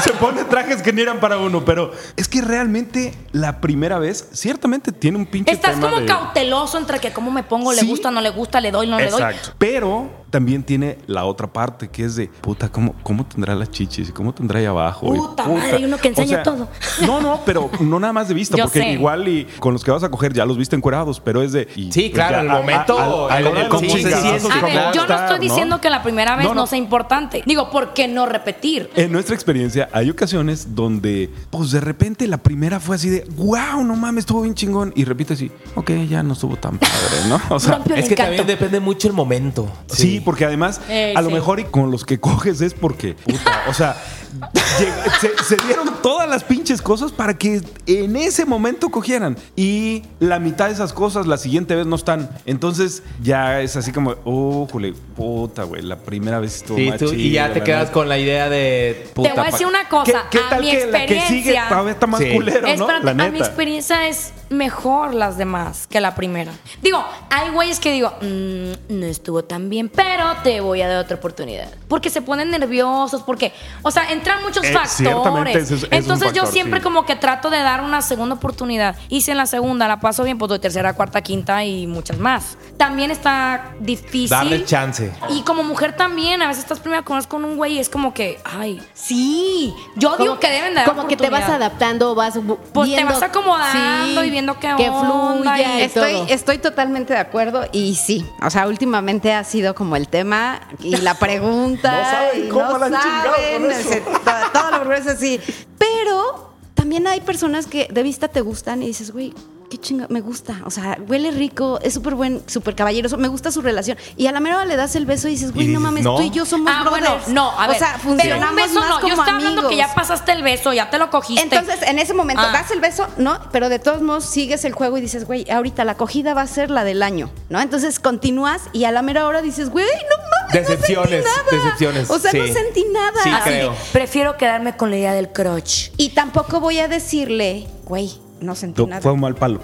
S4: se, se pone trajes que ni eran para uno, pero es que realmente la primera vez, ciertamente tiene un pinche
S6: Estás
S4: tema
S6: como
S4: de-
S6: cauteloso entre que cómo me pongo, le
S4: Sí.
S6: gusta, no le gusta, le doy, no le doy.
S4: Exacto. Pero también tiene la otra parte que es de, puta, ¿cómo, cómo tendrá las chichis? ¿Cómo tendrá ahí abajo? Y
S6: Puta madre, y uno que
S4: O
S6: enseña
S4: sea,
S6: todo.
S4: No, no, pero no nada más de vista,
S6: Yo
S4: porque
S6: sé.
S4: igual y con los que vas a coger ya los viste encuerados, pero es de. y,
S5: Sí, claro,
S4: ya,
S5: el
S4: a- a-
S5: momento,
S4: a- a la
S5: el-
S4: hora de
S5: cómo
S4: los
S5: se
S4: chingazos,
S5: siente,
S4: cómo
S6: A ver,
S5: claro.
S6: yo no
S4: estar,
S6: estoy diciendo que la primera vez
S4: No,
S6: no,
S4: no.
S6: sea importante. Digo, ¿por qué no repetir?
S4: En nuestra experiencia hay ocasiones donde, pues de repente la primera fue así de, wow, no mames, estuvo bien chingón. Y repito así, ok, ya no estuvo tan padre, ¿no? O sea,
S6: Rompió el
S5: Es que
S6: encanto.
S5: también depende mucho el momento.
S4: Sí, porque además,
S6: Ey,
S4: a lo
S6: sí.
S4: mejor y con los que coges es porque, puta, o sea, lleg- se, se dieron todas las pinches cosas para que en ese momento cogieran. Y la mitad de esas cosas la siguiente vez no están. Entonces ya es así como, oh, jule, puta, güey, la primera vez estuvo
S5: Sí,
S4: más
S5: tú- y
S4: chido,
S5: ya te
S4: la
S5: quedas
S4: neta".
S5: con la idea de puta.
S6: Te voy a
S5: pa-
S6: decir una
S4: ¿Qué,
S6: cosa.
S4: qué
S6: a
S4: tal
S6: mi
S4: que la que
S6: experiencia.
S4: sigue todavía está más
S5: Sí.
S4: culero, no?
S6: Espérate,
S4: La
S6: a mi
S4: neta.
S6: experiencia es mejor las demás que la primera. Digo, hay güeyes que digo, "Mm, no estuvo tan bien, pero te voy a dar otra oportunidad. Porque se ponen nerviosos, porque, o sea, entran muchos
S4: Eh, ciertamente
S6: factores.
S4: ese es- es un
S6: Entonces yo
S4: factor,
S6: siempre
S4: sí.
S6: como que trato de dar una segunda oportunidad. Y si en la segunda la paso bien, pues doy tercera, cuarta, quinta y muchas más. También está difícil.
S5: Darle chance.
S6: Y como mujer también, a veces estás primera vez con un güey y es como que, ay, sí, yo digo que deben de dar
S8: Como que te vas
S6: oportunidad.
S8: adaptando, vas bu-
S6: Pues te
S8: viendo-
S6: vas acomodando y viendo qué
S8: que
S6: onda
S8: fluya
S6: y-
S8: y
S1: Estoy,
S8: todo.
S1: estoy totalmente de acuerdo y sí, o sea, últimamente ha sido como el tema y la pregunta.
S4: No saben
S1: y
S4: cómo
S1: no
S4: la han chingado
S1: saben,
S4: con eso.
S1: se- to- Todo lo que es así. Pero también hay personas que de vista te gustan y dices, güey. Qué chinga, me gusta, o sea, huele rico, es súper buen, súper caballeroso, me gusta su relación. Y a la mera hora le das el beso y dices, güey, no
S5: dices,
S1: mames,
S5: "No".
S1: tú y yo somos
S6: Ah,
S1: brothers.
S6: bueno, no, a ver.
S1: O sea, funcionamos
S6: pero un beso
S1: más
S6: no,
S1: como
S6: yo estoy hablando
S1: amigos.
S6: que ya pasaste el beso, ya te lo cogiste.
S1: Entonces, en ese momento
S6: Ah.
S1: das el beso, ¿no? Pero de todos modos sigues el juego y dices, güey, ahorita la acogida va a ser la del año, ¿no? Entonces continúas y a la mera hora dices, güey, no mames.
S5: Decepciones,
S1: no sentí nada.
S5: decepciones,
S1: O sea, no
S5: sí.
S1: sentí nada.
S5: Sí,
S6: Así de,
S5: creo.
S6: prefiero quedarme con la idea del crotch.
S1: Y tampoco voy a decirle, güey, no sentí
S4: Tú-
S1: nada.
S4: Fue un mal palo.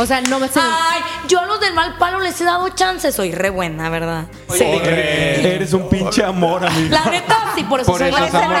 S8: O sea, no me sé.
S6: Ay, yo a los del mal palo les he dado chances, soy re buena, ¿verdad? Sí.
S4: Eres un pinche amor, amigo.
S6: Eh. La neta, sí, por eso
S2: Por
S6: soy
S2: esos
S6: re buena.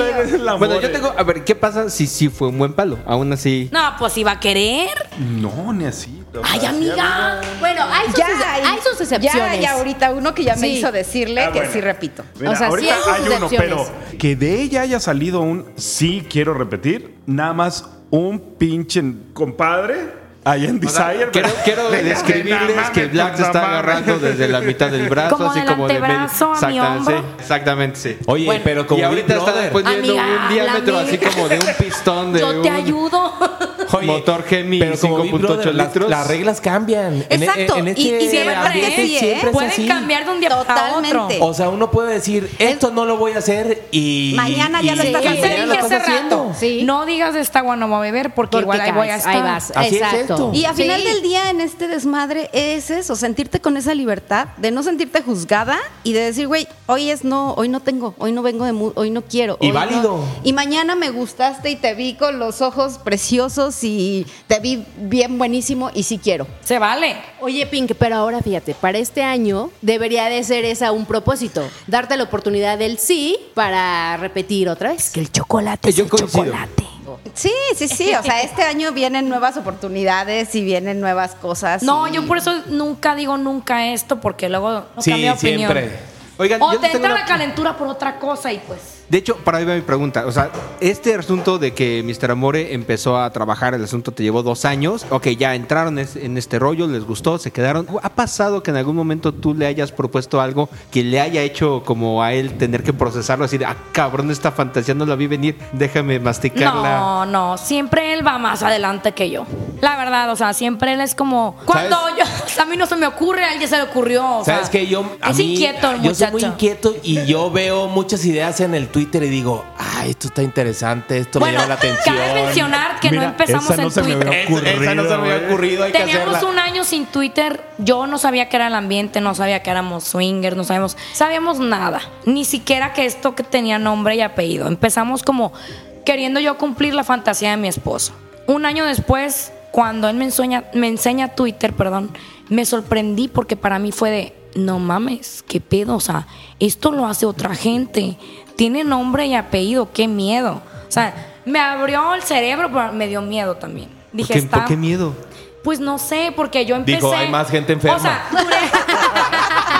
S4: Eres el amor,
S2: Bueno, yo
S4: eh.
S2: tengo. A ver, ¿qué pasa si sí fue un buen palo? Aún así.
S6: No, pues iba a querer.
S4: No, ni así.
S6: Ay, amiga.
S8: Bueno, hay sus,
S1: hay-
S8: hay sus excepciones.
S1: Ya, ya ahorita uno que ya me
S8: Sí.
S1: hizo decirle
S4: Ah,
S1: que
S4: bueno.
S1: sí repito.
S4: Mira,
S8: O sea, sí
S4: ahorita
S8: hay sus
S4: hay uno, pero
S8: excepciones.
S4: que de ella haya salido un sí quiero repetir, nada más un pinche compadre allá en
S2: O sea,
S4: Desire.
S2: quiero,
S4: ¿verdad?
S2: quiero
S4: Déjame, no
S2: describirles
S4: mames,
S2: que Black se
S4: puta
S2: está
S4: madre.
S2: agarrando desde la mitad del brazo,
S6: Como
S2: así
S6: del
S2: como de medio.
S6: antebrazo a mi
S2: Exactamente,
S6: hombro.
S2: sí. Exactamente, sí.
S5: Oye,
S6: Bueno,
S5: pero como
S2: y ahorita
S5: Big
S2: está
S5: Brother.
S2: después viendo
S6: Amiga,
S2: un diámetro
S6: háblame.
S2: así como de un pistón de
S6: Yo te
S2: un-
S6: ayudo.
S5: Oye,
S2: Motor Gemi
S5: pero como Big
S2: 5.8
S5: Brother, las-
S2: litros.
S5: Las reglas cambian. En-
S1: Exacto,
S5: En, en
S1: y-
S5: este
S1: y siempre
S5: ambiente
S1: así, ¿eh?
S5: siempre es
S6: Pueden
S5: así.
S6: cambiar de un día
S1: Totalmente.
S6: para otro.
S5: O sea, uno puede decir, esto no lo voy a hacer y.
S1: Mañana ya lo
S5: y-
S1: estás
S5: y
S6: Yo te
S5: mañana lo
S6: dije
S5: estás
S6: hace rato,
S5: haciendo.
S8: Sí.
S6: no digas esta agua no voy a beber porque,
S8: Porque
S6: igual ahí voy a
S8: caes,
S6: estar.
S8: ahí vas.
S5: Así es
S8: Exacto.
S5: esto.
S1: Y al final
S8: Sí.
S1: del día en este desmadre es eso, sentirte con esa libertad de no sentirte juzgada y de decir, güey, hoy es no, hoy no tengo, hoy no vengo de mood, hoy no quiero.
S5: Y
S1: hoy no".
S5: válido.
S1: Y mañana me gustaste y te vi con los ojos preciosos y te vi bien buenísimo y sí quiero.
S6: Se vale.
S8: Oye, Pink, pero ahora fíjate, para este año debería de ser esa un propósito, darte la oportunidad del sí para repetir otra vez.
S9: Que el chocolate es
S2: Yo
S9: el
S2: coincido.
S9: chocolate.
S1: Sí, sí, sí. O sea, este año vienen nuevas oportunidades y vienen nuevas cosas.
S6: No,
S1: y-
S6: yo por eso nunca digo nunca esto porque luego no
S5: Sí,
S6: cambia de opinión.
S5: siempre.
S2: Oigan,
S6: O
S2: yo
S6: te
S2: les tengo
S6: entra
S2: una-
S6: la calentura por otra cosa y pues.
S2: De hecho, para ahí va mi pregunta. O sea, este asunto de que Mr. Amore empezó a trabajar, el asunto te llevó dos años. Ok, ya entraron es- en este rollo, les gustó, se quedaron. ¿Ha pasado que en algún momento tú le hayas propuesto algo que le haya hecho como a él tener que procesarlo? Decir, ah, cabrón, esta fantasía no la vi venir, déjame masticarla.
S6: No, no, siempre él va más adelante que yo. La verdad, o sea, siempre él es como cuando yo a mí no se me ocurre, a alguien se le ocurrió. o sea,
S5: ¿Sabes qué? Yo, a
S6: es
S5: mí,
S6: inquieto el
S5: yo soy muy
S6: muchacho.
S5: inquieto y yo veo muchas ideas en el Twitter y digo, ay, esto está interesante, esto
S6: Bueno,
S5: me llama la atención.
S6: cabe mencionar que no
S4: Mira,
S6: empezamos
S4: esa no
S6: en
S4: se me
S6: Twitter.
S4: había
S5: Es- esa no se me había ocurrido, hay que
S6: Teníamos
S5: hacerla.
S6: un año sin Twitter, yo no sabía que era el ambiente, no sabía que éramos swingers, no sabíamos, sabíamos nada, ni siquiera que esto que tenía nombre y apellido. Empezamos como queriendo yo cumplir la fantasía de mi esposo. Un año después, cuando él me enseña, me enseña Twitter, perdón, me sorprendí porque para mí fue de, no mames, qué pedo, o sea, esto lo hace otra gente, tiene nombre y apellido, qué miedo. O sea, me abrió el cerebro, pero me dio miedo también. Dije,
S2: ¿Por qué,
S6: está
S2: por qué miedo?
S6: pues no sé, porque yo empecé.
S5: Dijo, "Hay más gente enferma".
S6: O sea, duré,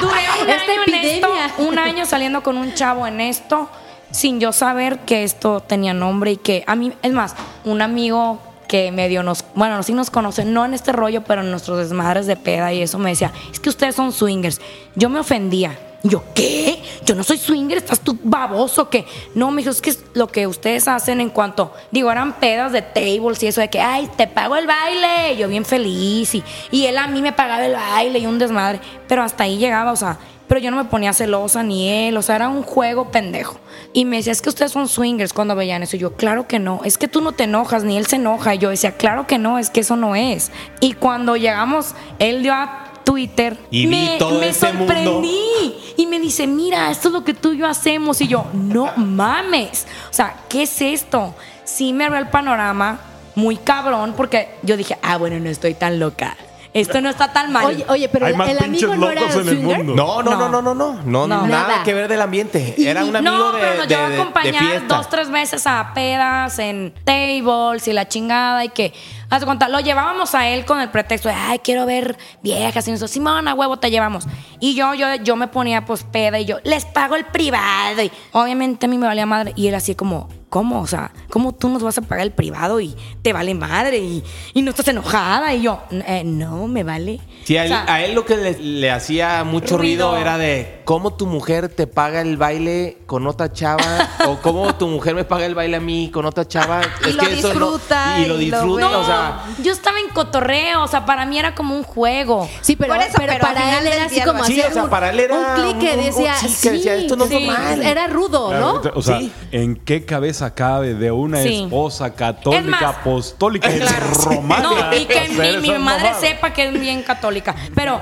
S6: duré un
S8: Esta
S6: año en esto,
S8: epidemia.
S6: un año saliendo con un chavo en esto, sin yo saber que esto tenía nombre y que a mí, es más, un amigo que medio nos, bueno, sí nos conoce, no en este rollo, pero en nuestros desmadres de peda y eso me decía, es que ustedes son swingers. Yo me ofendía. Y Yo, ¿qué? Yo no soy swinger, estás tú baboso, que no, mijo, es que es lo que ustedes hacen en cuanto, digo, eran pedas de tables y eso de que, ay, te pago el baile, yo bien feliz, y, y él a mí me pagaba el baile y un desmadre, pero hasta ahí llegaba, o sea, pero yo no me ponía celosa ni él, o sea, era un juego pendejo. Y me decía, es que ustedes son swingers cuando veían eso. Y yo, claro que no, es que tú no te enojas, ni él se enoja. Y yo decía, claro que no, es que eso no es. Y cuando llegamos, él dio a Twitter,
S5: Y vi
S6: me,
S5: todo
S6: me
S5: ese mundo.
S6: sorprendí y me dice, mira, esto es lo que tú y yo hacemos. Y yo, no mames. O sea, ¿qué es esto? Sí me abrió el panorama muy cabrón porque yo dije, ah, bueno, no estoy tan loca. Esto no está tan mal.
S8: Oye, oye, pero
S4: Hay
S8: el,
S4: más
S8: el
S4: pinches
S8: amigo no era
S4: locos en el
S8: swinger.
S4: mundo.
S5: No, no, no,
S6: No.
S5: no, no, no, no,
S6: No.
S5: nada
S8: Nada.
S5: que ver del ambiente. Era un amigo
S6: no,
S5: de,
S6: pero nos
S5: de-
S6: llevó a
S5: de- de
S6: acompañar
S5: fiesta.
S6: dos, tres veces a pedas en tables y la chingada y que, haz de cuenta, lo llevábamos a él con el pretexto de, ay, quiero ver viejas y nosotros, Simón, a huevo te llevamos. Y yo, yo, yo me ponía pues peda y yo, les pago el privado. Y obviamente a mí me valía madre. Y él así como, ¿cómo? O sea, ¿cómo tú nos vas a pagar el privado y te vale madre y, y no estás enojada? Y yo, "Eh, no, me vale.
S5: Sí, a
S6: O
S5: él,
S6: sea,
S5: a él lo que le, le hacía mucho ruido.
S6: Ruido.
S5: era de cómo tu mujer te paga el baile con otra chava o cómo tu mujer me paga el baile a mí con otra chava.
S1: Y lo
S5: eso no-
S1: disfruta,
S5: y lo
S1: y lo
S5: disfruta,
S1: ve.
S5: o sea.
S6: yo estaba en cotorreo, o sea, para mí era como un juego.
S8: Sí, pero,
S1: Por eso,
S8: pero
S1: pero al
S8: para
S1: final
S8: él
S1: del
S8: era así
S1: día
S8: como
S1: lo
S5: hacía. Sí, o sea,
S8: un-
S5: para él era
S8: un clic que
S5: un- un-
S8: decía,
S5: sí, que decía, esto no es
S8: sí,
S5: normal.
S8: Era rudo,
S4: Claro,
S8: ¿no?
S4: O sea,
S5: Sí.
S4: ¿en qué cabeza cabe de una
S6: Sí.
S4: esposa católica,
S6: Es más-
S4: apostólica y
S6: Claro.
S4: romana?
S6: No, y que
S4: hacer
S6: mi, mi
S4: esas
S6: madre
S4: mamadas?
S6: sepa que es bien católica. Pero,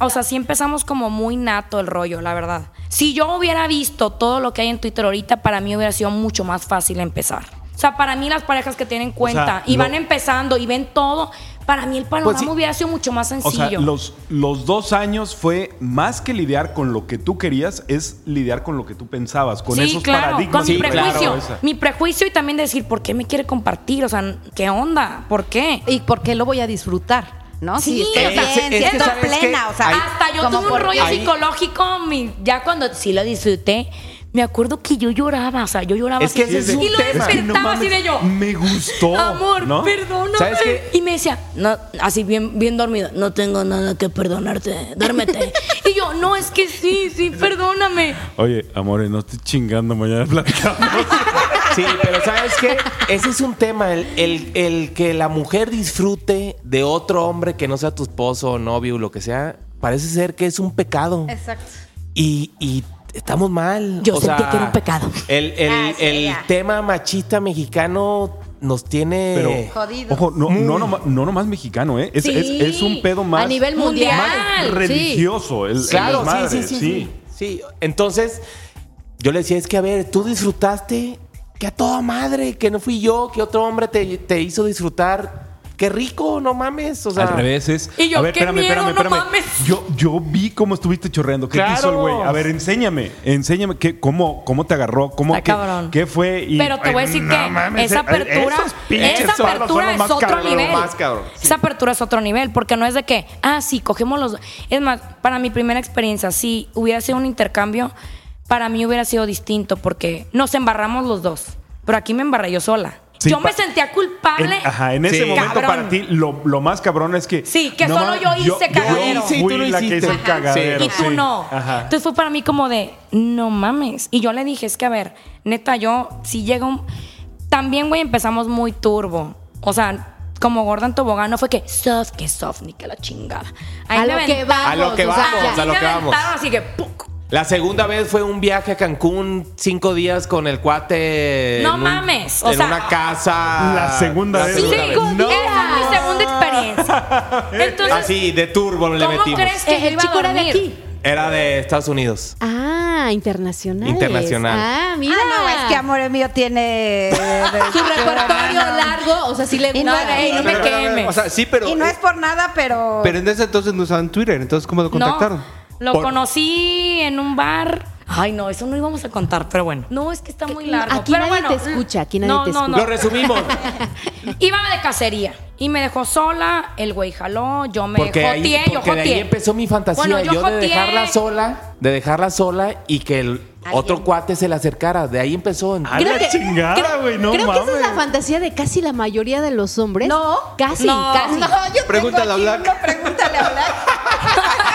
S6: o sea, sí empezamos como muy nato el rollo, la verdad. Si yo hubiera visto todo lo que hay en Twitter ahorita, para mí hubiera sido mucho más fácil empezar. O sea, para mí las parejas que tienen cuenta
S4: sea,
S6: y van
S4: lo-
S6: empezando y ven todo, para mí el panorama
S4: Pues sí.
S6: hubiera sido mucho más
S4: O
S6: sencillo.
S4: sea, los, los dos años fue más que lidiar con lo que tú querías, es lidiar con lo que tú pensabas, con esos paradigmas.
S6: Con mi
S4: que traes en la
S6: prejuicio.
S4: cabeza.
S6: Mi prejuicio y también decir, ¿por qué me quiere compartir? O sea, ¿qué onda? ¿Por qué?
S1: ¿Y por qué lo voy a disfrutar? ¿No?
S6: Sí,
S1: si estoy
S6: o sea,
S1: bien,
S5: es
S1: si
S5: que
S1: estoy
S5: ¿sabes qué?
S1: plena, o sea,
S5: Ahí-
S6: Hasta yo
S1: como
S6: tuve un
S1: por-
S6: rollo
S5: ahí-
S6: psicológico, mi- ya cuando sí lo disfruté, me acuerdo que yo lloraba, o sea, yo lloraba
S5: Es que
S6: así,
S5: ese es
S6: y
S5: un
S6: lo
S5: tema.
S6: despertaba
S5: Es que no
S6: así de yo.
S4: Me gustó.
S6: Amor,
S4: ¿no?
S6: perdóname.
S5: ¿Sabes qué?
S6: Y me decía, no, así bien, bien dormido, no tengo nada que perdonarte, duérmete. y yo, no, es que sí, sí, perdóname.
S4: Oye, amores, no estoy chingando, mañana platicamos.
S5: Sí, pero ¿sabes qué? Ese es un tema, el, el- el que la mujer disfrute de otro hombre que no sea tu esposo o novio o lo que sea, parece ser que es un pecado.
S1: Exacto.
S5: Y, y estamos mal.
S3: Yo sentía que era un pecado.
S5: El, el-
S1: Ah, sí,
S5: el
S1: ya.
S5: tema machista mexicano nos tiene...
S7: Pero,
S1: Jodido.
S7: ojo, no,
S5: Mm.
S7: no, noma- no nomás mexicano, ¿eh? Es,
S6: Sí.
S7: es- es un pedo más,
S8: a nivel mundial.
S7: más
S6: sí.
S7: religioso. El, el
S5: Claro,
S7: desmadre,
S5: sí, sí, sí, sí. Sí, entonces yo le decía, es que a ver, tú disfrutaste que a toda madre, que no fui yo, que otro hombre te, te hizo disfrutar. Qué rico, no mames. O sea,
S7: Al revés es.
S6: Y yo,
S7: a ver,
S6: qué
S7: espérame,
S6: miedo,
S7: espérame,
S6: no
S7: espérame.
S6: mames.
S7: Yo, yo vi cómo estuviste chorreando. ¿Qué te
S5: Claro.
S7: hizo el güey? A ver, enséñame. Enséñame qué, cómo, cómo te agarró, cómo
S6: Está
S7: qué,
S6: cabrón.
S7: qué fue. y-
S6: Pero te voy a
S7: Ay,
S6: decir
S7: no
S6: que
S7: mames, eh,
S6: esa apertura,
S7: esos pinches
S6: esa
S7: palos son
S6: apertura
S7: los
S6: es
S7: más
S6: otro
S7: cabrones.
S6: nivel.
S2: más cabrón,
S6: Esa apertura es otro nivel, porque no es de que, ah, sí, cogemos los. Es más, para mi primera experiencia, si hubiera sido un intercambio, para mí hubiera sido distinto, porque nos embarramos los dos. Pero aquí me embarré yo sola.
S7: Sí,
S6: yo me
S7: pa-
S6: sentía culpable.
S7: En- ajá, en ese
S5: Sí.
S7: momento
S6: Cabrón.
S7: para ti lo, lo más cabrón es que.
S6: Sí, que solo
S7: ma-
S6: yo hice cagadero.
S7: Yo
S5: Sí, tú
S7: fui
S5: lo
S7: la que hice
S5: hiciste.
S7: el cagadero.
S6: y tú
S7: sí.
S6: no.
S7: Ajá.
S6: Entonces fue para mí como de, no mames. Y yo le dije, es que a ver, neta, yo, si llega un. También, güey, empezamos muy turbo. O sea, como Gordon Tobogán, no fue que soft, que soft, ni que la chingada. Ahí
S8: A
S6: me
S8: lo que
S6: aventaron,
S8: vamos,
S5: A lo que
S8: o sea,
S5: vamos,
S8: ya.
S5: a lo
S6: me
S5: que vamos.
S6: aventaron, así que, ¡puc!
S5: La segunda vez fue un viaje a Cancún, cinco días con el cuate.
S6: No
S5: en un-
S6: mames, o
S5: en
S6: sea-
S5: una casa.
S7: La segunda vez.
S5: segunda
S6: Cinco
S5: vez.
S6: días. Esa es mi segunda experiencia. Entonces,
S5: Así, de turbo le
S6: ¿cómo
S5: metimos.
S6: crees que
S8: Eh,
S6: yo
S8: el
S6: iba a
S8: chico era de
S6: dormir?
S8: aquí.
S5: Era de Estados Unidos.
S8: Ah, internacional.
S5: Internacional.
S8: Ah, mira. Ah,
S1: Ah, no, es que amor mío tiene.
S8: Su repertorio largo, o sea, sí le
S1: Y no,
S8: gusta.
S6: Ey, no me
S2: Pero,
S6: quemes.
S2: O sea, sí, pero. eh,
S1: Y no es por nada, pero.
S2: Pero en ese entonces no usaban Twitter, entonces ¿cómo lo contactaron?
S6: No, lo
S5: Por-
S6: conocí en un bar. Ay, no, eso no íbamos a contar, pero bueno. No, es que está muy largo.
S8: Aquí
S6: pero
S8: nadie
S6: bueno,
S8: te escucha, aquí nadie
S6: no,
S8: te
S6: no, no.
S5: Lo resumimos.
S6: Iba de cacería y me dejó sola, el güey jaló, yo me
S5: Porque, ahí,
S6: joteé, yo
S5: porque de ahí
S6: joteé.
S5: empezó mi fantasía.
S6: Bueno,
S5: yo
S6: yo
S5: de
S6: joteé.
S5: dejarla sola, de dejarla sola y que el otro cuate se le acercara. De ahí empezó.
S6: Ah,
S7: A la chingada, güey, no
S8: creo
S7: mames.
S8: que esa es la fantasía de casi la mayoría de los hombres.
S1: No.
S8: Casi,
S6: No.
S8: casi.
S1: No, yo tengo
S2: Pregúntale
S1: aquí
S2: a Black.
S1: uno, pregúntale a Black.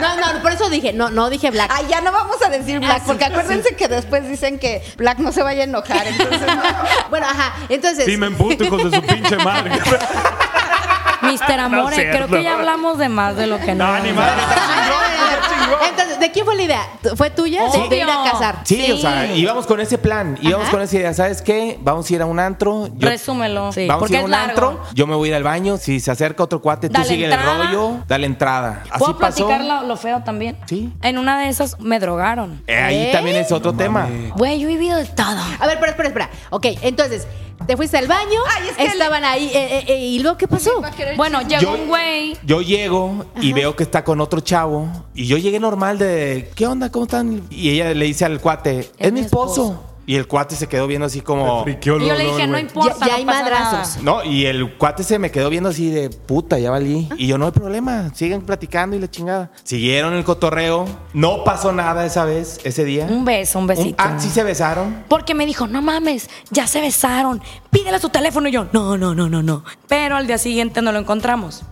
S8: No, no, no, por eso dije, no, no dije black.
S1: Ay, ya no vamos a decir Black, porque acuérdense que después dicen que Black no se vaya a enojar. Entonces, no.
S8: Bueno, ajá, entonces.
S7: Sí, me emputo, hijos de su pinche madre.
S6: Mister Amore, creo que ya hablamos de más de lo que no.
S7: No, ni madre, está chingón, está chingón.
S8: Entonces, ¿de quién fue la idea? ¿Fue tuya de,
S6: Obvio.
S8: de ir a casar?
S5: Sí, o sea, íbamos con ese plan, íbamos
S8: Ajá.
S5: con esa idea, ¿sabes qué? Vamos a ir a un antro. yo-
S6: Resúmelo. Sí,
S5: Vamos a
S6: porque
S5: ir a
S6: es
S5: un
S6: largo.
S5: antro, yo me voy a ir al baño, si se acerca otro cuate,
S6: Dale
S5: tú sigue
S6: entrada.
S5: el rollo, dale entrada. Así
S6: ¿Puedo
S5: pasó.
S6: platicar lo, lo feo también?
S5: Sí.
S6: En una de esas me drogaron.
S5: Eh, ahí
S8: ¿Eh?
S5: también es otro tema.
S6: Güey, yo he vivido de todo.
S8: A ver, espera, espera, espera. Ok, entonces, te fuiste al baño,
S1: Ay, es que
S8: estaban ahí, eh, eh, eh, ¿y luego qué pasó?
S6: Bueno, llegó un güey.
S5: Yo llego y veo que está con otro chavo y yo llegué normal de, ¿qué onda? ¿Cómo están? Y ella le dice al cuate, es, mi esposo. Y el cuate se quedó viendo así como...
S7: Friqueó
S6: Y yo
S7: los
S6: le
S7: dos,
S6: dije, no
S7: güey.
S6: importa.
S8: Ya- ya
S6: no
S8: hay
S6: pasa
S8: madrazos.
S6: nada.
S5: No, y el cuate se me quedó viendo así de puta, ya valí. Y yo, no hay problema, siguen platicando y la chingada. Siguieron el cotorreo, no pasó nada esa vez, ese día.
S6: Un beso, un besito.
S5: ah, sí se besaron.
S6: Porque me dijo, no mames, ya se besaron, pídele su teléfono. Y yo, no, no, no, no, no. Pero al día siguiente no lo encontramos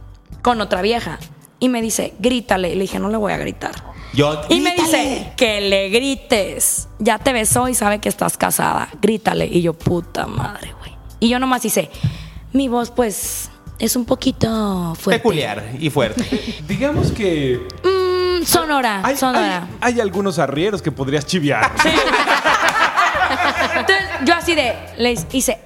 S6: con otra vieja. Y me dice, grítale. Y le dije, no le voy a gritar.
S5: Yo,
S6: Y me dice, que le grites. Ya te besó y sabe que estás casada. Grítale. Y yo, puta madre, güey. Y yo nomás hice, mi voz, pues, es un poquito fuerte.
S5: peculiar y fuerte.
S7: Digamos que
S6: Mm, sonora,
S7: hay,
S6: sonora.
S7: hay- hay algunos arrieros que podrías chiviar.
S6: Entonces yo así de, le hice,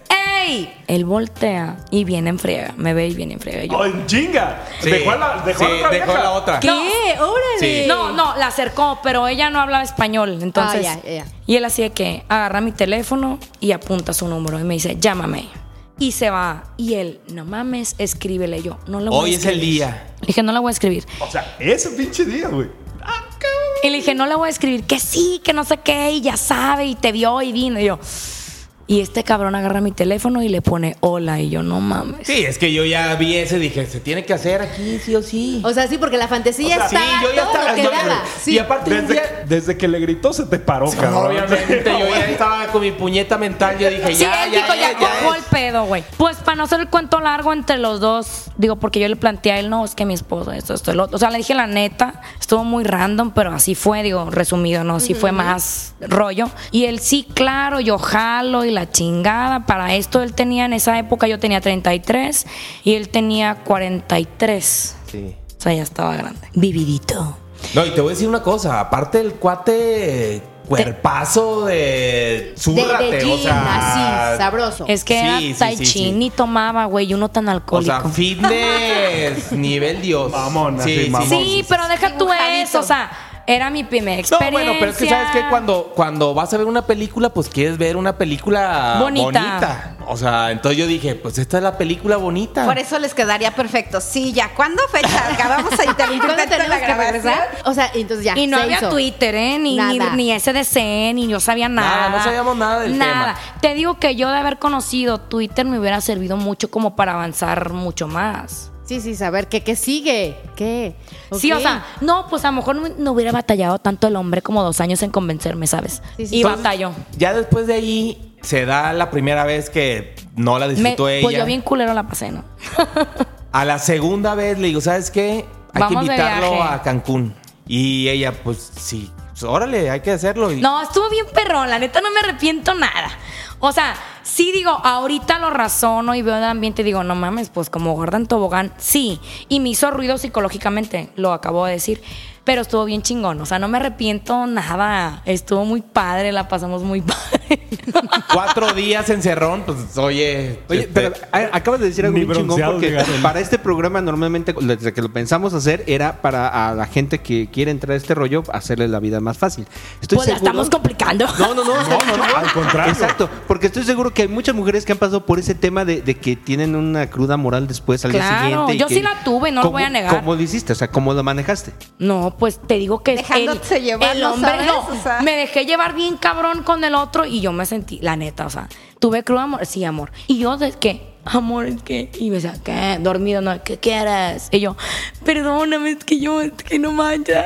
S6: ¡ey! Él voltea y viene en friega, me ve y viene en friega. Y yo,
S7: ¡Oh, en chinga!
S5: Sí,
S7: dejó a la, dejó a
S5: sí,
S7: la otra
S5: dejó a
S7: vieja.
S5: la otra.
S8: ¿Qué? Órale.
S5: Sí.
S6: No, no, la acercó, pero ella no hablaba español, entonces.
S8: Ah, ya, ya, ya.
S6: Y él así de que agarra mi teléfono y apunta su número y me dice, llámame. Y se va. Y él, no mames, escríbele yo. No lo voy
S5: Hoy
S6: a
S5: es el
S6: escribir".
S5: día.
S6: Le dije, no la voy a escribir.
S7: O sea, ese pinche día, güey.
S6: Ah, Y le dije, no la voy a escribir, que sí, que no sé qué, y ya sabe, y te vio y vino. Y yo, Y este cabrón agarra mi teléfono y le pone hola. Y yo, no mames.
S5: Sí, es que yo ya vi ese, dije, se tiene que hacer aquí, sí o sí.
S8: O sea, sí, porque la fantasía
S5: O sea,
S8: estaba
S5: sí, yo ya
S8: todo
S5: estaba-
S8: lo que
S5: yo-
S8: daba. Sí.
S5: Y aparte, un día-
S7: Desde, desde que le gritó se te paró, cabrón.
S5: Pues Obviamente, yo ya estaba con mi puñeta mental. Yo dije,
S6: Sí,
S5: ya,
S6: él
S5: ya,
S6: dijo, ya,
S5: ya,
S6: cojó el
S5: es.
S6: pedo, güey. Pues para no hacer el cuento largo entre los dos, digo, porque yo le planteé a él, no, es que mi esposo, esto, esto, el otro. O sea, le dije la neta, estuvo muy random, pero así fue, digo, resumido, ¿no? Sí fue más rollo. Y él, sí, claro, yo jalo y la chingada. Para esto él tenía, en esa época yo tenía 33 y él tenía 43.
S5: Sí.
S6: O sea, ya estaba grande. Vividito.
S5: No, y te voy a decir una cosa, aparte el cuate cuerpazo de
S8: de,
S5: zúrrate,
S8: de gym,
S5: o sea,
S8: así, sabroso.
S6: Es que era
S5: Sí, sí,
S6: tai
S5: sí,
S6: chi,
S5: sí.
S6: ni tomaba, güey, y uno tan
S5: o
S6: alcohólico.
S5: sea, fitness nivel dios.
S7: Mamón, así, mamón.
S6: Sí, pero deja tú
S8: Dibujadito.
S6: eso, o sea, era mi primera
S5: No,
S6: experiencia.
S5: bueno, pero es que sabes que cuando, cuando vas a ver una película, pues quieres ver una película
S6: Bonita.
S5: bonita. O sea, entonces yo dije, pues esta es la película bonita.
S1: Por eso les quedaría perfecto. Sí, ya. ¿Cuándo fecha? Vamos a
S8: ¿Y
S1: interrumpir
S8: cuándo
S1: tanto
S8: tenemos
S1: la
S8: que
S1: grabación.
S8: regresar? O sea, entonces ya.
S6: Y no
S8: se
S6: había
S8: hizo.
S6: Twitter, ¿eh? Ni, ni,
S8: Nada.
S6: ni SDC, ni yo sabía nada.
S5: Nada, no sabíamos nada del
S6: Nada.
S5: tema.
S6: Te digo que yo de haber conocido Twitter me hubiera servido mucho como para avanzar mucho más.
S8: Sí, sí, saber qué, qué sigue. ¿Qué?
S6: Sí, o
S8: Ok.
S6: sea, no, pues a lo mejor no, no hubiera batallado tanto el hombre como dos años en convencerme, ¿sabes?
S8: Sí, sí,
S6: y
S8: sí.
S6: batalló.
S5: Ya después de ahí se da la primera vez que no la
S6: Me-
S5: disfrutó ella.
S6: pues yo bien culero la pasé, ¿no?
S5: A la segunda vez le digo, ¿sabes qué? Hay
S6: Vamos
S5: que
S6: de
S5: invitarlo
S6: viaje.
S5: a Cancún. Y ella, pues sí, pues, órale, hay que hacerlo. Y-
S6: No, estuvo bien perrón, la neta no me arrepiento nada. O sea, sí digo, ahorita lo razono y veo el ambiente y digo, no mames, pues como gorda en tobogán, sí. Y me hizo ruido psicológicamente, lo acabo de decir. Pero estuvo bien chingón, o sea, no me arrepiento nada. Estuvo muy padre, la pasamos muy padre.
S5: Cuatro días en Cerrón, pues oye.
S2: Oye,
S5: este,
S2: pero a- acabas de decir algo
S7: Ni
S2: bien chingón
S7: bronceados
S2: porque
S7: llegaron.
S2: para este programa normalmente desde que lo pensamos hacer era para a la gente que quiere entrar a este rollo hacerle la vida más fácil. Estoy
S6: pues la
S2: seguro-
S6: estamos complicando.
S2: No, no, no, no, no,
S7: al contrario.
S2: Exacto, porque estoy seguro que hay muchas mujeres que han pasado por ese tema de, de que tienen una cruda moral después al día
S6: Claro,
S2: siguiente. y
S6: yo
S2: que-
S6: sí la tuve, no lo
S2: ¿Cómo-
S6: voy a negar.
S2: ¿Cómo lo hiciste? O sea, ¿cómo lo manejaste?
S6: No, pues te digo que es el,
S1: Dejándote llevar,
S6: el
S1: ¿no
S6: hombre
S1: sabes?
S6: no.
S1: O sea.
S6: Me dejé llevar bien cabrón con el otro y yo me sentí, la neta, o sea, tuve crudo amor, sí, amor. Y yo de que, amor, es que, y me decía, ¿qué? Dormido, no, ¿qué quieres? Y yo, perdóname, es que yo, es que no manches.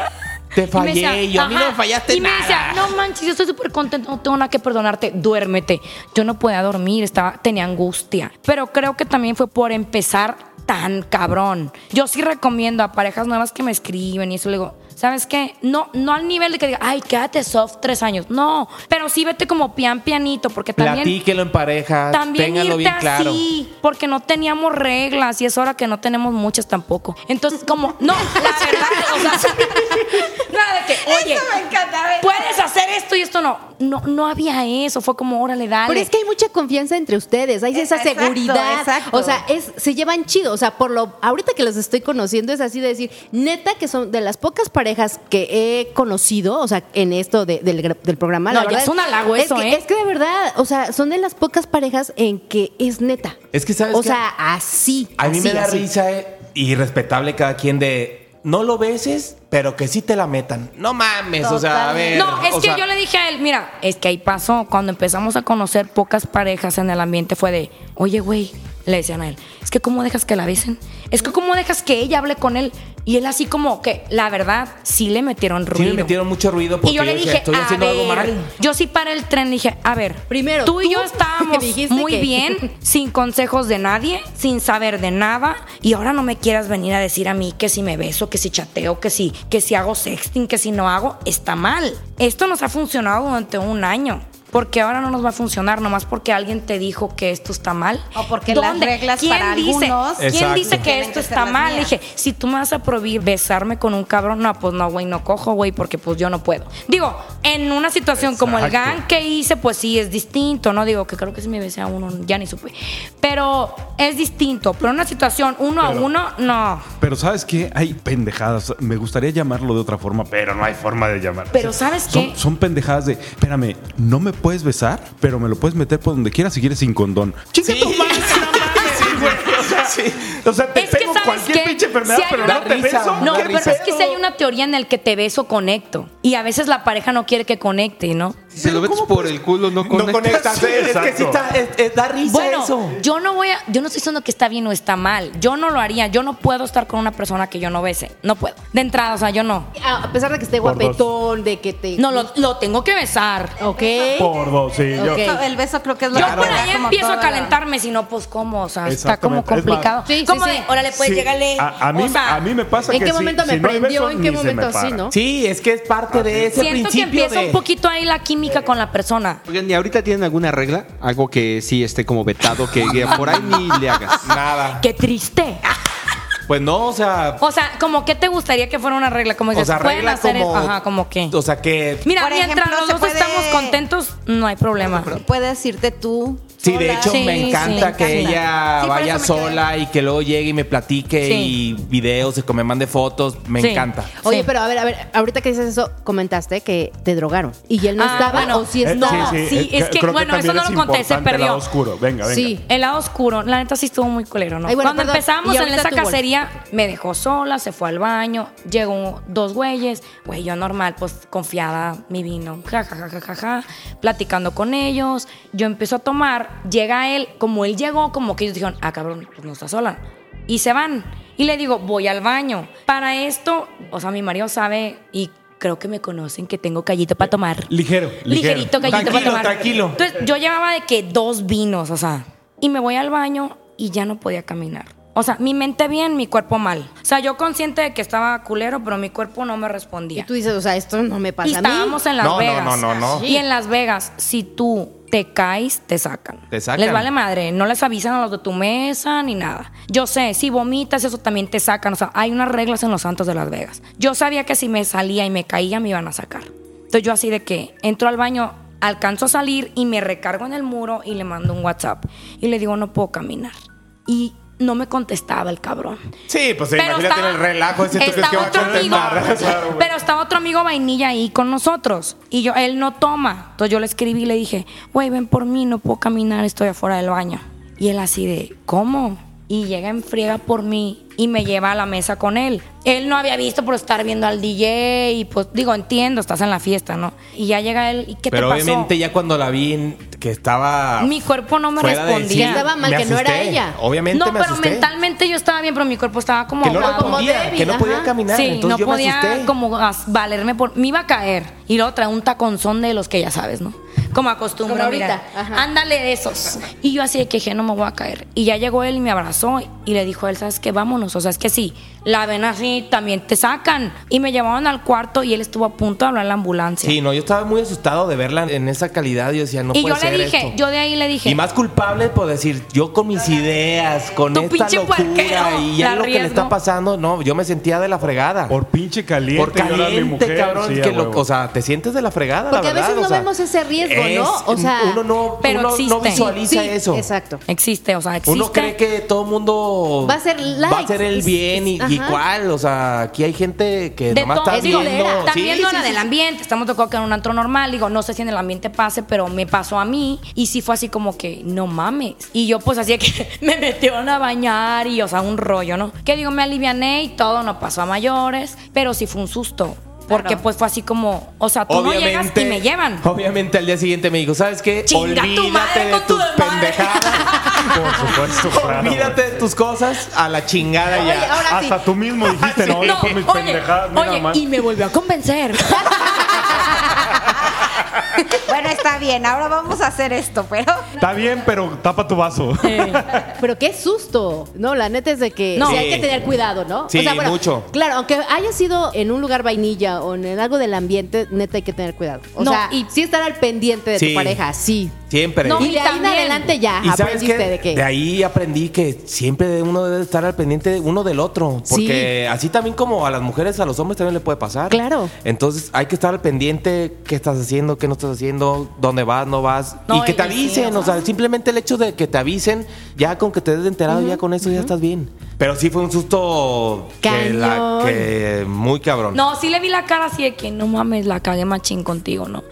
S5: Te
S6: Y me
S5: fallé,
S6: decía,
S5: yo, a mí no
S6: "Ajá".
S5: me fallaste
S6: Y me
S5: nada.
S6: decía, no manches, yo estoy súper contento, no tengo nada que perdonarte, duérmete. Yo no podía dormir, estaba, tenía angustia. Pero creo que también fue por empezar tan cabrón. Yo sí recomiendo a parejas nuevas que me escriben y eso le digo, ¿sabes qué? No, no al nivel de que diga, ay, quédate soft tres años. No, pero sí vete como pian pianito, porque también
S5: platíquelo en pareja,
S6: también
S5: ténganlo
S6: irte
S5: bien claro.
S6: así, porque no teníamos reglas y es hora que no tenemos muchas tampoco. Entonces, como, no, la verdad, o sea, nada de que, oye,
S1: Eso me encanta, a ver.
S6: puedes hacer esto y esto no. No, no había eso, fue como, órale, dale.
S8: Pero es que hay mucha confianza entre ustedes,
S6: Eh,
S8: hay esa
S1: Exacto,
S8: seguridad.
S1: exacto.
S8: O sea, es, se llevan chido. O sea, por lo, ahorita que los estoy conociendo, es así de decir, neta que son de las pocas parejas que he conocido, o sea, en esto de- del, gra- del programa.
S6: No,
S8: la
S6: ya
S8: verdad
S6: es un halago eso,
S8: que,
S6: ¿eh?
S8: Es que de verdad, o sea, son de las pocas parejas en que es neta.
S5: Es que, ¿sabes
S8: O
S5: qué?
S8: sea, así.
S5: A mí
S8: así,
S5: me da
S8: así.
S5: risa eh, y respetable cada quien de no lo beses, pero que sí te la metan. No mames, o sea, a ver.
S6: No, es
S5: o
S6: que
S5: sea,
S6: yo le dije a él, mira, es que ahí pasó, cuando empezamos a conocer pocas parejas en el ambiente fue de, oye, güey, le decían a él, es que cómo dejas que la besen, es que cómo dejas que ella hable con él. Y él así como que, la verdad, sí le metieron ruido.
S5: Sí me metieron mucho ruido porque
S6: y yo le
S5: dije,
S6: dije,
S5: estoy
S6: a
S5: haciendo algo
S6: ver,
S5: mal.
S6: yo sí paré el tren, dije, a ver,
S8: Primero,
S6: tú y
S8: tú
S6: yo estábamos
S8: me dijiste
S6: muy
S8: que-
S6: bien, sin consejos de nadie, sin saber de nada, y ahora no me quieras venir a decir a mí que si me beso, que si chateo, que si, que si hago sexting, que si no hago, está mal. Esto nos ha funcionado durante un año. Porque ahora no nos va a funcionar nomás porque alguien te dijo que esto está mal.
S1: O porque las reglas para algunos
S6: ¿Quién dice
S1: tienen
S6: que esto
S1: que ser
S6: está
S1: las
S6: mal? Le
S1: mías.
S6: Dije, si tú me vas a prohibir besarme con un cabrón, no, pues no, güey, no cojo, güey, porque pues yo no puedo. Digo, en una situación como el gang que hice, pues sí, es distinto, ¿no? Digo, que creo que si me besé a uno, ya ni supe. Pero es distinto, pero en una situación uno a
S7: Pero-
S6: uno, no.
S7: Pero ¿sabes qué? Hay pendejadas. Me gustaría llamarlo de otra forma, pero no hay forma de llamarlo.
S6: Pero ¿sabes
S7: son,
S6: qué?
S7: son pendejadas de, espérame, no me puedes besar, pero me lo puedes meter por donde quieras si quieres sin condón. Chinga tu madre, no mames, güey. O sea, o sea, te
S6: Es que,
S7: pego
S6: ¿sabes
S7: cualquier
S6: qué?
S7: pinche enfermedad,
S6: Si hay
S7: pero
S6: una-
S7: no te
S5: risa,
S7: beso.
S6: No,
S5: Qué
S6: pero
S5: risa.
S6: es que si hay una teoría en el que te beso, conecto. Y a veces la pareja no quiere que conecte, ¿no?
S2: Si lo metes por el culo, no
S5: No
S2: conectas.
S5: conectas,
S2: Sí,
S5: es que sí
S2: exacto.
S5: está, es- es- da risa
S6: Bueno,
S5: eso.
S6: yo no voy a, yo no estoy diciendo que está bien o está mal. Yo no lo haría. Yo no puedo estar con una persona que yo no bese. No puedo. De entrada, o sea, yo no.
S8: A a pesar de que esté guapetón, de que te.
S6: No, lo, lo tengo que besar.
S8: Ok.
S7: Por dos, sí. yo-
S8: Ok.
S1: Eso- El beso creo que es lo
S6: Yo
S1: que
S6: por
S1: te da
S6: ahí
S1: como
S6: empiezo a
S1: todo.
S6: calentarme, si no, pues cómo, o sea, está como
S7: Exactamente, es
S6: complicado.
S7: más-
S8: Sí, sí,
S6: como
S8: sí.
S6: de, órale, pues,
S7: Sí,
S6: llégale.
S7: A, a mí,
S6: o sea,
S7: a mí me pasa
S8: ¿En
S7: que
S8: qué
S7: si-
S8: momento me
S7: si no hay
S8: prendió?
S7: beso,
S8: ¿En qué
S7: ni se me
S8: momento
S7: para. Eh,
S8: sí, no?
S5: Sí, es que es parte de ese
S6: siento que
S5: principio
S6: empieza
S5: de-
S6: un poquito ahí la química con la persona.
S2: Oigan, ¿y ahorita tienen alguna regla? Algo que sí esté como vetado, que que por ahí ni le hagas.
S5: Nada.
S6: Qué triste.
S5: Pues no, o sea,
S6: O sea, como que te gustaría que fuera una regla, como
S5: o
S6: dices,
S5: sea,
S6: Pues pueden
S5: regla
S6: hacer
S5: como
S6: esto? ajá, como que.
S5: O sea, que
S6: Mira,
S1: Por
S6: mientras
S1: ejemplo,
S6: los
S1: se
S6: dos
S1: puede-
S6: estamos contentos, no hay problema.
S1: Puedes irte tú.
S5: Sí, de
S1: sola.
S5: hecho
S6: Sí,
S5: me encanta
S1: sí,
S5: que
S1: me encanta.
S5: ella
S1: Sí, por
S5: vaya
S1: eso me quedé.
S5: sola y que luego llegue y me platique
S6: Sí.
S5: y videos y que me mande fotos. Me
S6: Sí.
S5: encanta.
S8: Oye,
S6: Sí.
S8: pero a ver, a ver, ahorita que dices eso, comentaste que te drogaron. Y él no
S6: Ah,
S8: estaba
S6: bueno,
S8: o sí
S7: Eh,
S6: No,
S8: estaba.
S6: sí, es que,
S7: creo
S6: bueno, eso
S7: también
S6: no
S7: es
S6: lo conté, se
S7: importante el
S6: perdió.
S7: lado oscuro. Venga, venga.
S8: Sí.
S6: El lado oscuro, la neta sí estuvo muy culero, ¿no?
S8: Ay, bueno,
S6: Cuando
S8: perdón.
S6: empezamos
S8: Y
S6: en
S8: ahorita
S6: esa
S8: tú, Wolf.
S6: cacería, me dejó sola, se fue al baño, llegó dos güeyes, güey, yo normal, pues confiada, mi vino, ja, ja, ja, ja, ja, ja, platicando con ellos, yo empiezo a tomar, llega él, como él llegó, como que ellos dijeron, ah, cabrón, pues no está sola, y se van, y le digo, voy al baño. Para esto, o sea, mi marido sabe y... Creo que me conocen que tengo callito para tomar.
S7: Eh, Ligero, ligero.
S6: Ligerito, callito para
S5: Tranquilo,
S6: tomar.
S5: tranquilo.
S6: Entonces, yo llevaba de que dos vinos, o sea, y me voy al baño y ya no podía caminar. O sea, mi mente bien, mi cuerpo mal. O sea, yo consciente de que estaba culero, pero mi cuerpo no me respondía.
S8: Y tú dices, o sea, esto no me pasa
S6: Y
S8: a mí.
S6: estábamos en Las
S5: No, no,
S6: Vegas.
S5: no, no, no.
S6: Y en Las Vegas, si tú te caes, te sacan.
S5: Te sacan.
S6: Les vale madre. No les avisan a los de tu mesa ni nada. Yo sé, si vomitas, eso también te sacan. O sea, hay unas reglas en los santos de Las Vegas. Yo sabía que si me salía y me caía, me iban a sacar. Entonces yo así de que entro al baño, alcanzo a salir y me recargo en el muro y le mando un WhatsApp. Y le digo, no puedo caminar. Y no me contestaba el cabrón.
S5: Sí, pues
S6: Pero estaba- estaba otro amigo, Pero estaba otro amigo vainilla ahí con nosotros. Y yo, él no toma. Entonces yo le escribí y le dije, güey, ven por mí, no puedo caminar, estoy afuera del baño. Y él así de, ¿cómo? Y llega en friega por mí y me lleva a la mesa con él. Él no había visto por estar viendo al DJ y pues digo, entiendo, estás en la fiesta, ¿no? Y ya llega él, ¿y qué
S5: Pero
S6: te pasó?
S5: obviamente ya cuando la vi en- que estaba...
S6: Mi cuerpo no me
S5: fuera de
S6: respondía.
S5: sí,
S8: Estaba mal,
S5: me
S8: que no era
S5: asusté.
S8: ella.
S5: Obviamente
S6: no,
S5: me
S6: pero
S5: asusté.
S6: mentalmente yo estaba bien, pero mi cuerpo estaba como
S5: Que no
S6: ahogado.
S5: respondía,
S8: débil,
S5: que no podía
S8: ajá.
S5: caminar.
S6: Sí,
S5: entonces
S6: no
S5: yo me
S6: podía
S5: asusté.
S6: como as- valerme por. Me iba a caer. Y luego trae un taconzón de los que ya sabes, ¿no? Como acostumbro.
S8: Como
S6: mira,
S8: ahorita, ajá.
S6: Ándale de esos. Y yo así de que dije, no me voy a caer. Y ya llegó él y me abrazó y le dijo a él, ¿sabes qué? Vámonos. O sea, es que sí, la ven así, también te sacan. Y me llevaban al cuarto y él estuvo a punto de hablar a la ambulancia.
S5: Sí, no, yo estaba muy asustado de verla en esa calidad. Yo decía, no
S6: y
S5: puede
S6: yo le
S5: ser
S6: dije,
S5: esto.
S6: yo de ahí le dije.
S5: Y más culpable por decir, yo con mis ideas, con
S6: Tu
S5: esta
S6: pinche
S5: locura
S6: puerquero,
S5: y ya
S6: la
S5: lo que le
S6: riesgo.
S5: está pasando, no, yo me sentía de la fregada.
S7: Por pinche caliente.
S5: Por
S7: llora mi
S5: caliente,
S7: mujer,
S5: cabrón,
S7: sí, a
S5: que lo-
S7: huevo.
S5: o sea, te sientes de la fregada,
S8: Porque
S5: la
S8: a
S5: verdad.
S8: veces
S5: o
S8: no
S5: sea,
S8: vemos ese riesgo, ¿no? O sea-
S5: uno no,
S6: Pero
S5: uno no
S6: existe.
S5: visualiza
S8: Sí,
S5: eso.
S8: Exacto.
S6: Existe, o sea, existe.
S5: Uno cree que todo el mundo
S8: Va a ser
S5: va a
S8: likes,
S5: ser el
S8: es-
S5: bien y,
S8: es-
S5: y
S8: ajá.
S5: cuál, o sea, aquí hay gente que Eh,
S6: de
S5: nomás
S6: todo.
S5: está
S6: Digo,
S5: viendo, sí,
S6: también no
S5: sí,
S6: era
S5: sí,
S6: del
S5: sí.
S6: ambiente. Estamos de acuerdo que en un antro normal. Digo, no sé si en el ambiente pase, pero me pasó a mí. Y sí fue así como que, no mames. Y yo, pues, así de que me metieron a bañar y, o sea, un rollo, ¿no? Que digo, me aliviané y todo, no pasó a mayores. Pero sí fue un susto. Porque, pues, fue así como, o sea, tú no llegas y me llevan.
S5: Obviamente al día siguiente me dijo, ¿sabes qué?
S6: Chinga tu
S5: Olvídate
S6: madre
S5: de
S6: con tu
S5: tus
S6: desmadre".
S5: pendejadas.
S7: Por supuesto, claro.
S5: Olvídate de tus cosas a la chingada ya.
S8: Oye, ahora sí.
S7: Hasta tú mismo dijiste, no, yo por mis
S6: oye,
S7: pendejadas, mira
S6: oye,
S7: nomás.
S6: y me volvió a convencer.
S1: Bueno, está bien, ahora vamos a hacer esto, pero.
S7: Está bien, pero tapa tu vaso.
S6: Eh.
S8: Pero qué susto, ¿no? La neta es de que
S6: No.
S8: sí hay
S5: Sí.
S8: que tener cuidado, ¿no?
S5: Sí, mucho.
S8: Claro, aunque haya sido en un lugar vainilla o en algo del ambiente, neta hay que tener cuidado. O
S6: No,
S8: sea,
S6: y-
S8: sí estar al pendiente de
S5: Sí.
S8: tu pareja, sí.
S5: Siempre.
S6: No,
S8: y de ahí en
S6: también.
S8: adelante ya aprendiste de que...
S5: De ahí aprendí que siempre uno debe estar al pendiente uno del otro. Porque así también como a las mujeres, a los hombres también le puede pasar.
S8: Claro.
S5: Entonces hay que estar al pendiente qué estás haciendo, qué no estás haciendo, dónde vas, no vas.
S6: No,
S5: y que te
S6: y- y sí,
S5: avisen.
S6: o
S5: o sea, simplemente el hecho de que te avisen, ya con que te des enterado, ya con eso ya estás bien. Pero sí fue un susto que, la-
S8: Cañón.
S5: que muy cabrón.
S6: No, sí le vi la cara así de que no mames, la cagué machín contigo, ¿no?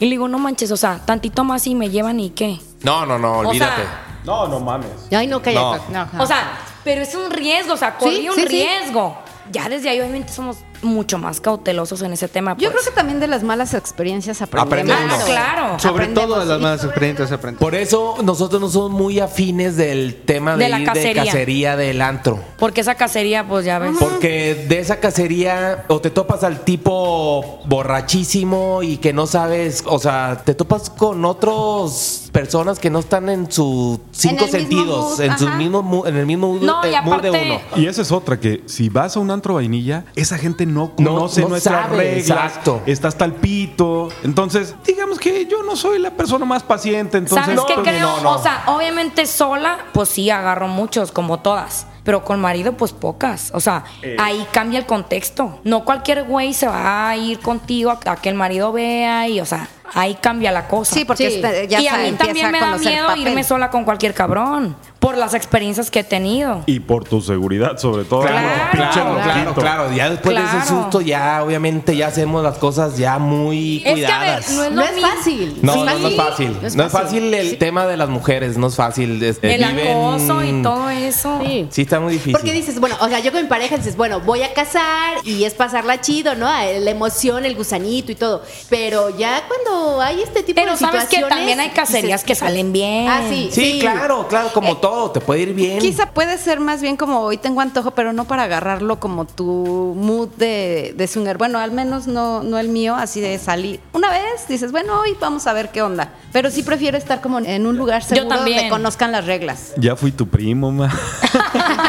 S6: Y le digo, no manches, o sea, tantito más y me llevan y qué.
S5: no, no, no,
S6: O
S5: olvídate.
S6: sea,
S7: No, no mames.
S8: Ay, no, cállate.
S5: No.
S6: O sea, pero es un riesgo, o sea, corrí un
S8: sí, sí.
S6: riesgo. Ya desde ahí obviamente somos mucho más cautelosos en ese tema.
S1: Yo
S6: pues.
S1: creo que también de las malas experiencias aprendemos.
S5: Aprende uno.
S6: Ah, claro.
S2: Sobre todo de
S1: Aprendemos.
S2: las malas experiencias aprendemos.
S5: Por eso nosotros no somos muy afines del tema de,
S6: De la
S5: ir de
S6: cacería.
S5: cacería del antro.
S6: Porque esa cacería, pues ya ves.
S5: Porque de esa cacería o te topas al tipo borrachísimo y que no sabes, o sea, te topas con otros personas que no están en sus cinco
S1: el mismo
S5: sentidos,
S1: mood,
S5: en, sus
S1: ajá.
S5: mismo, mu- en el mismo mood,
S6: No, y
S5: eh, mood de
S6: aparte-
S5: uno.
S4: Y esa es otra, que si vas a un antro vainilla, esa gente no
S5: No,
S4: conoce
S5: no
S4: nuestras
S5: sabe,
S4: reglas.
S5: exacto.
S4: Estás tal pito. Entonces, digamos que yo no soy la persona más paciente. Entonces,
S6: ¿Sabes qué
S4: pues,
S6: creo?
S5: no, no.
S6: O sea, obviamente sola, pues sí, agarro muchos, como todas. Pero con marido, pues pocas. O sea, ahí cambia el contexto. No cualquier güey se va a ir contigo a, a que el marido vea y, o sea, ahí cambia la cosa.
S1: Sí, porque
S8: Sí.
S1: está- ya
S6: y a
S1: se
S6: mí
S1: empieza
S6: también
S1: a
S6: me da
S1: conocer
S6: miedo
S1: papel.
S6: irme sola con cualquier cabrón. Por las experiencias que he tenido.
S4: Y por tu seguridad, sobre todo.
S6: Claro,
S5: Pinche
S6: claro,
S5: claro, claro. Ya después de ese
S6: Claro.
S5: susto, ya obviamente ya hacemos las cosas ya muy
S6: Es que, a ver,
S5: cuidadas.
S6: no es lo
S8: No es
S6: mismo.
S8: fácil.
S5: No,
S8: Sí.
S5: no, no es fácil.
S8: No es
S5: No es
S8: fácil.
S5: fácil el tema de las mujeres, no es fácil. este,
S6: El
S5: viven-
S6: acoso y todo eso.
S8: Sí.
S5: Sí, está muy difícil.
S8: Porque dices, bueno, o sea, yo con mi pareja dices, bueno, voy a casar y es pasarla chido, ¿no? La emoción, el gusanito y todo. Pero ya cuando hay este tipo
S6: Pero
S8: de
S6: sabes
S8: situaciones.
S6: que también hay cacerías
S8: dices,
S6: que salen bien.
S8: Ah, sí.
S5: Sí, claro, claro, como todo, te puede ir bien.
S1: Quizá puede ser más bien como hoy tengo antojo, pero no para agarrarlo como tu mood de, de swinger. Bueno, al menos no, no el mío, así de salir. Una vez dices, bueno, hoy vamos a ver qué onda. Pero sí prefiero estar como en un lugar seguro
S6: también.
S1: donde conozcan las reglas.
S4: Ya fui tu primo, ma.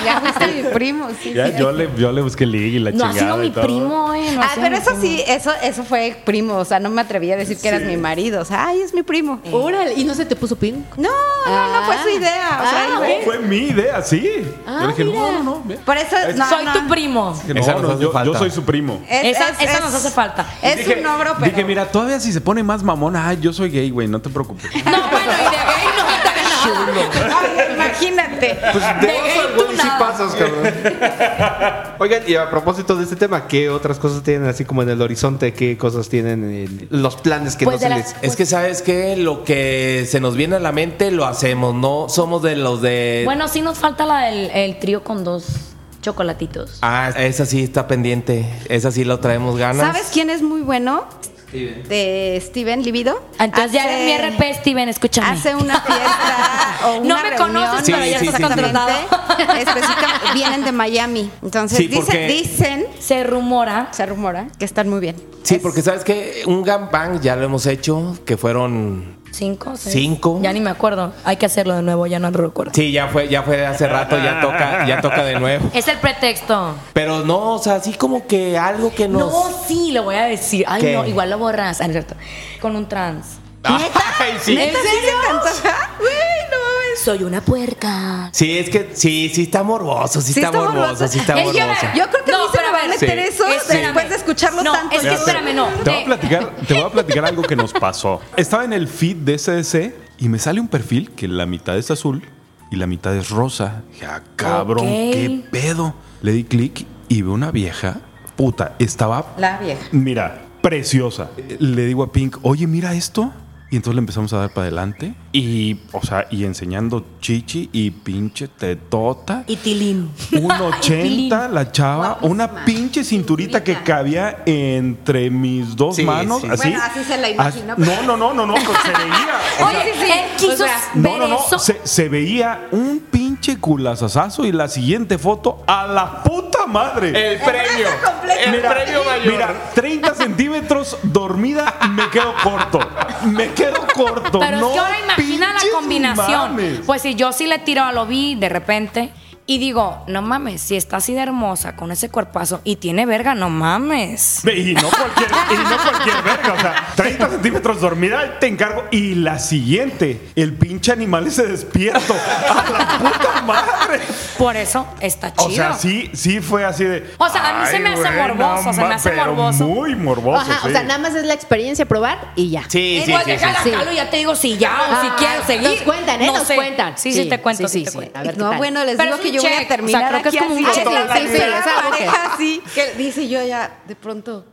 S1: ya fuiste mi primo, sí.
S4: Ya yo le, yo le busqué liga y la
S6: No ha
S4: chingada.
S6: sido
S4: y
S6: mi
S4: todo.
S6: primo, eh. no ha
S1: Ah,
S6: sido
S1: pero
S6: mi
S1: eso
S6: primo.
S1: sí, eso, eso fue primo, o sea, no me atreví a decir que eras mi marido, o sea, ay, es mi primo. Uh,
S8: Órale, ¿y no se te puso pin?
S1: No, no, no fue su idea, o sea,
S8: Ah,
S1: fue-
S4: Fue mi idea, sí.
S6: Ah,
S4: yo le dije, no, no, no. mira.
S1: por eso no,
S6: Soy
S1: no.
S6: tu primo.
S4: Que no,
S5: Esa nos
S4: no,
S5: hace
S4: yo,
S5: falta.
S4: yo soy su primo.
S1: Es-
S6: Esa-
S1: es-
S6: esa nos
S1: es-
S6: hace falta.
S1: Es
S4: Dije-
S1: un ogro, pero
S4: Dije, mira, todavía si se pone más mamona, ay, yo soy gay, güey, no te preocupes.
S6: No, bueno, y de gay no, de gay
S1: Ay, imagínate.
S5: Pues,
S6: no. De gay tú nada.
S2: Oigan, y a propósito de este tema, ¿qué otras cosas tienen así como en el horizonte? ¿Qué cosas tienen en los planes que
S6: Pues
S2: no se
S6: de
S2: les...
S6: las-
S5: Es que sabes que lo que se nos viene a la mente lo hacemos, no somos de los de.
S6: Bueno, sí nos falta la del el trío con dos chocolatitos.
S5: Ah, esa sí está pendiente. Esa sí lo traemos ganas.
S1: ¿Sabes quién es muy bueno? De Steven Libido.
S6: Entonces ya
S1: Ah,
S6: eres
S1: Hace-
S6: mi RP, Steven, escúchame.
S1: Hace una fiesta o
S6: No
S1: una
S6: me
S1: reunión,
S6: conoces,
S5: pero ya Sí, sí, estás sí, sí.
S1: específicamente-
S6: contratado.
S1: específicamente vienen de Miami. Entonces
S5: Sí,
S1: dicen,
S5: porque-
S1: dicen,
S6: Se rumora.
S1: se rumora, que están muy bien.
S5: Sí,
S1: Es-
S5: porque sabes que un gangbang ya lo hemos hecho, que fueron.
S6: Cinco, seis.
S5: Cinco.
S6: Ya ni me acuerdo. Hay que hacerlo de nuevo, ya no lo recuerdo.
S5: Sí, ya fue, ya fue hace rato, ya toca, ya toca de nuevo.
S6: Es el pretexto.
S5: Pero no, o sea, así como que algo que
S6: No,
S5: nos.
S6: sí, lo voy a decir. Ay,
S5: ¿Qué?
S6: no, igual lo borras. Ah, no es cierto. Con un trans.
S5: Ay, sí.
S1: ¿Neta sí se cantó? Güey, no mames.
S6: Soy una puerca.
S5: Sí, es que sí, sí está morboso, sí,
S1: Sí
S5: está,
S1: está
S5: morboso,
S1: morboso.
S5: sí está
S6: Es que
S5: morboso.
S1: Yo creo que
S6: No,
S1: a mí se
S6: pero
S1: me
S6: a
S1: va a
S6: ver,
S1: meter
S6: sí.
S1: eso
S6: Espérame.
S1: después de escucharlo
S6: No,
S1: tanto.
S6: es que
S1: Ya sé.
S6: espérame, no.
S4: Te voy, a
S6: Eh,
S4: platicar, te voy a platicar algo que nos pasó. Estaba en el feed de SDC y me sale un perfil que la mitad es azul y la mitad es rosa. Dije, ah, cabrón,
S6: Ok.
S4: qué pedo. Le di clic y veo una vieja. Puta, estaba,
S1: La vieja.
S4: mira, preciosa. Le digo a Pink, oye, mira esto. Y entonces le empezamos a dar para adelante. Y, o sea, y enseñando chichi y pinche tetota.
S6: Y Tilín.
S4: Un
S6: Tilín.
S4: 80 la chava, una pinche cinturita que cabía entre mis dos
S5: Sí,
S4: manos.
S5: sí.
S4: Así.
S1: Bueno, así se la imaginó,
S4: As- No, no, no, no, no, pues se veía. O sea,
S6: Eh, Oye, él quiso
S1: O sea,
S4: no,
S6: ver
S4: no, no,
S6: eso.
S4: se, se veía un pinche culazazazo y la siguiente foto a la puta madre.
S5: El premio. El premio mayor.
S4: Mira, 30 centímetros dormida, me quedo corto. Me quedo corto.
S6: Pero
S4: no
S6: es que ahora imagina la
S4: pinches
S6: combinación.
S4: mames.
S6: Pues si yo sí le tiro a lo vi de repente y digo, no mames, si está así de hermosa con ese cuerpazo y tiene verga, no mames.
S4: Y no cualquier, y no cualquier verga, o sea, 30 centímetros dormida, te encargo. Y la siguiente, el pinche animal ese despierto. ¡A la puta madre!
S6: Por eso está chido.
S4: O sea, sí, sí fue así de.
S6: O sea, a mí se
S4: "Ay,
S6: me hace
S4: güey,
S6: morboso,
S4: no
S6: se me
S4: ma-
S6: hace
S4: pero
S6: morboso".
S4: Muy morboso.
S8: Ajá,
S4: sí.
S8: o sea, nada más es la experiencia, probar y ya.
S5: Sí, sí,
S6: Igual
S5: sí, sí.
S6: déjala
S8: sí.
S6: jalo y ya te digo si ya o si
S8: Ah,
S6: quieres seguir.
S8: Nos cuentan, ¿eh?
S6: No
S8: nos
S6: sé.
S8: cuentan.
S6: Sí, sí, te cuento, sí, te cuento.
S8: A ver,
S1: no,
S8: ¿qué tal?
S1: bueno, les
S6: Pero
S1: digo
S6: es
S1: que
S6: un
S1: yo voy
S6: check,
S1: a terminar.
S6: o sea, creo que es
S1: aquí
S6: como un
S1: así.
S6: check.
S1: Ah,
S8: Sí, sí,
S1: es
S8: sí,
S1: la
S8: es algo que-
S1: pareja así, que dice yo ya de pronto,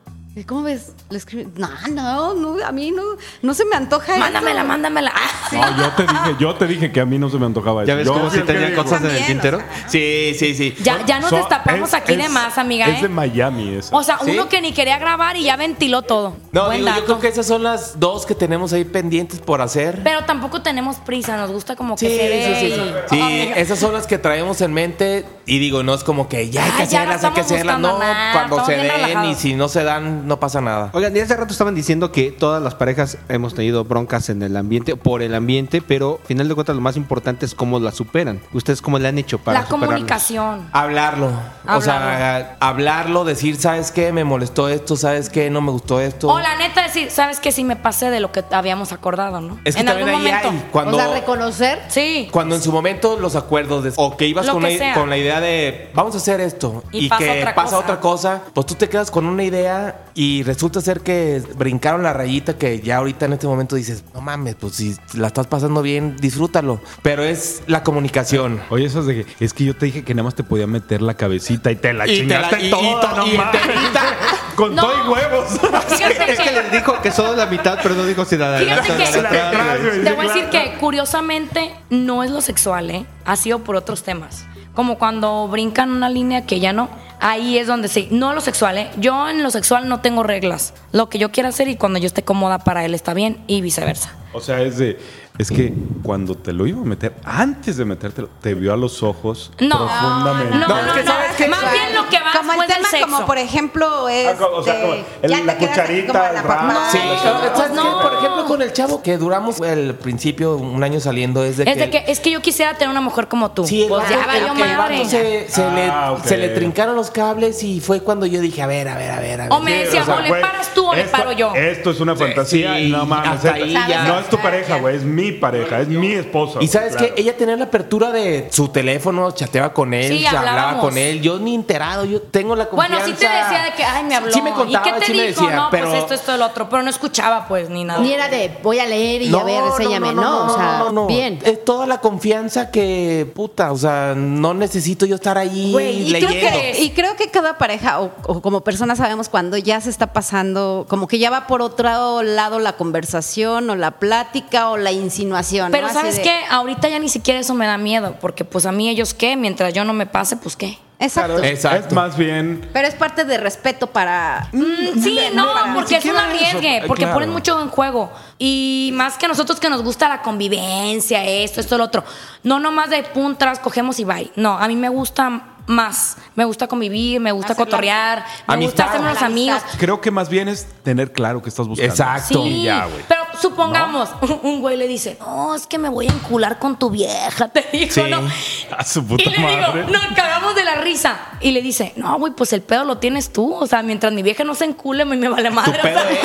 S1: ¿Cómo ves? Le escribí, no, no, no, a mí no, no se me antoja
S6: Mándamela,
S1: esto".
S6: mándamela. Ah,
S4: No, yo te dije, yo te dije que a mí no se me antojaba eso.
S2: ¿Ya ves
S4: Yo
S2: cómo
S4: fui
S2: si
S4: el que
S2: tenía
S4: dijo,
S2: cosas en el
S1: También,
S2: tintero?
S1: o sea.
S5: Sí, sí, sí.
S6: Ya, ya nos
S4: so-
S6: destapamos
S4: es-
S6: aquí de
S4: es-
S6: más, amiga.
S4: Es
S6: ¿eh?
S4: de Miami eso.
S6: O sea,
S5: ¿Sí?
S6: uno que ni quería grabar y ya ventiló todo.
S5: No,
S6: Buen
S5: digo, yo
S6: dato.
S5: creo que esas son las dos que tenemos ahí pendientes por hacer.
S6: Pero tampoco tenemos prisa, nos gusta como que
S5: Sí,
S6: se dé
S5: sí, sí,
S6: y-
S5: sí.
S6: Ah,
S5: Sí,
S6: amiga.
S5: esas son las que traemos en mente y digo, no es como que ya hay que
S6: Ay, Ah, ya no
S5: hacerlas, hay que
S6: estamos
S5: hacerlas, no,
S6: buscando nada,
S5: cuando
S6: estamos
S5: se den
S6: bien
S5: y
S6: relajados.
S5: si no se dan, no pasa nada.
S2: Oigan, y hace rato estaban diciendo que todas las parejas hemos tenido broncas en el ambiente, por el ambiente, pero al final de cuentas lo más importante es cómo las superan. ¿Ustedes cómo le han hecho para
S6: La
S2: superarlas?
S6: comunicación.
S5: Hablarlo, o sea,
S6: Hablarlo.
S5: hablarlo, decir, ¿sabes qué? Me molestó esto, ¿sabes qué? No me gustó esto.
S6: O la neta decir, sabes que si me pasé de lo que habíamos acordado, ¿no?
S5: Es que
S6: en algún
S5: también ahí
S6: momento.
S5: hay, cuando,
S1: O sea, reconocer.
S6: Sí.
S5: cuando en su momento los acuerdos de- o que ibas
S6: Lo
S5: con,
S6: que
S5: la-
S6: sea.
S5: con la idea de vamos a hacer esto y,
S6: Y pasa
S5: que
S6: otra
S5: pasa
S6: cosa.
S5: otra cosa, pues tú te quedas con una idea y resulta ser que brincaron la rayita que ya ahorita en este momento dices, no mames, pues si la estás pasando bien, disfrútalo. Pero es la comunicación.
S4: Oye, esas de que es que yo te dije que nada más te podía meter la cabecita y te la
S5: Y te la-
S4: chingaste
S5: y- y
S4: toda,
S5: to-
S4: no
S5: y
S4: mames.
S5: enterita.
S4: Con
S6: No.
S4: todo y huevos.
S6: Fíjate
S2: Es que les dijo que solo la mitad, pero no dijo si la de
S6: Fíjate
S2: adelante o
S6: que-
S2: la de atrás, güey.
S6: Te voy a decir que curiosamente no es lo sexual, ¿eh? Ha sido por otros temas. Como cuando brincan una línea que ya no. Ahí es donde sí. No lo sexual, ¿eh? Yo en lo sexual no tengo reglas. Lo que yo quiera hacer y cuando yo esté cómoda para él está bien y viceversa.
S4: O sea, es de. Es que cuando te lo iba a meter, antes de metértelo, te vio a los ojos
S6: No.
S4: profundamente.
S6: No, no, no. Más bien lo que va
S1: Como el
S6: después del
S1: tema,
S6: sexo.
S1: como por ejemplo es.
S4: Ah, como- o sea, como el- la cucharita, el ramo.
S5: Sí,
S4: Ay,
S5: ¿sabes qué?
S6: pues no.
S5: Por ejemplo, con el chavo que duramos el principio un año saliendo es de
S6: es de que es que yo quisiera tener una mujer como tú.
S5: Sí, el
S6: pues
S5: vato-
S6: ya
S5: el-
S6: valió
S5: el vato
S6: madre.
S5: se, se
S4: Ah,
S5: le, se
S4: ok.
S5: le trincaron los cables y fue cuando yo dije, a ver, a ver, a ver. A ver.
S6: O me decía, o, le
S4: güey,
S6: paras tú o le
S4: esto-
S6: paro yo.
S4: Esto es una fantasía.
S5: sí,
S4: no mames.
S5: hasta
S4: esto-
S5: ahí ya.
S4: No es tu pareja, güey. Es mi pareja. Es mi esposa.
S5: Y sabes
S4: que
S5: que ella tenía la apertura de su teléfono, chateaba con él,
S6: Sí,
S5: se hablaba
S6: hablábamos.
S5: con él. Yo ni enterado, yo tengo la
S6: Bueno,
S5: confianza.
S6: sí te decía de que, ay, me habló.
S5: Sí, me contaba,
S6: ¿Y qué te
S5: sí
S6: dijo?
S5: me decía,
S6: no,
S5: pero
S6: pues esto, esto, el otro. Pero no escuchaba, pues, ni nada.
S8: Ni era de voy a leer y a ver, enséñame. No, o sea,
S5: no, no.
S8: bien.
S5: Es toda la confianza que, puta, o sea, no necesito yo estar ahí
S1: Güey, y, creo
S5: leyendo.
S1: que, y creo que cada pareja o, o como persona sabemos cuando ya se está pasando, como que ya va por otro lado la conversación o la plática o la insinuación. ¿no?
S6: Pero
S1: Así
S6: ¿sabes
S1: de-
S6: qué? Ahorita ya ni siquiera eso me da miedo, porque pues a mí ellos qué, mientras yo no me pase, pues qué.
S1: Exacto.
S5: Exacto.
S4: Es más bien.
S1: Pero es parte de respeto para.
S6: Mm,
S1: Mm,
S6: Sí, no,
S1: para-
S6: porque es un
S4: siquiera eso,
S6: arriesgue,
S4: eh,
S6: porque
S4: claro.
S6: ponen mucho en juego. Y más que a nosotros que nos gusta la convivencia, esto, esto, lo otro. No nomás de puntras, cogemos y bye. No, a mí me gusta más. Me gusta convivir, me gusta
S1: Hacer la-
S6: cotorrear, me
S5: Amistad.
S6: gusta hacerme unos
S1: La amistad.
S6: amigos.
S4: Creo que más bien es tener claro que estás buscando.
S5: Exacto.
S6: Sí, pero supongamos, un güey le dice, no, es que me voy a encular con tu vieja, te dijo,
S5: Sí.
S6: ¿no?
S4: A su puta
S6: y le
S4: madre.
S6: digo, nos cagamos de la risa. Y le dice, no, güey, pues el pedo lo tienes tú. O sea, mientras mi vieja no se encule, a mí me vale madre.
S5: Tu pedo
S6: o sea,
S5: es.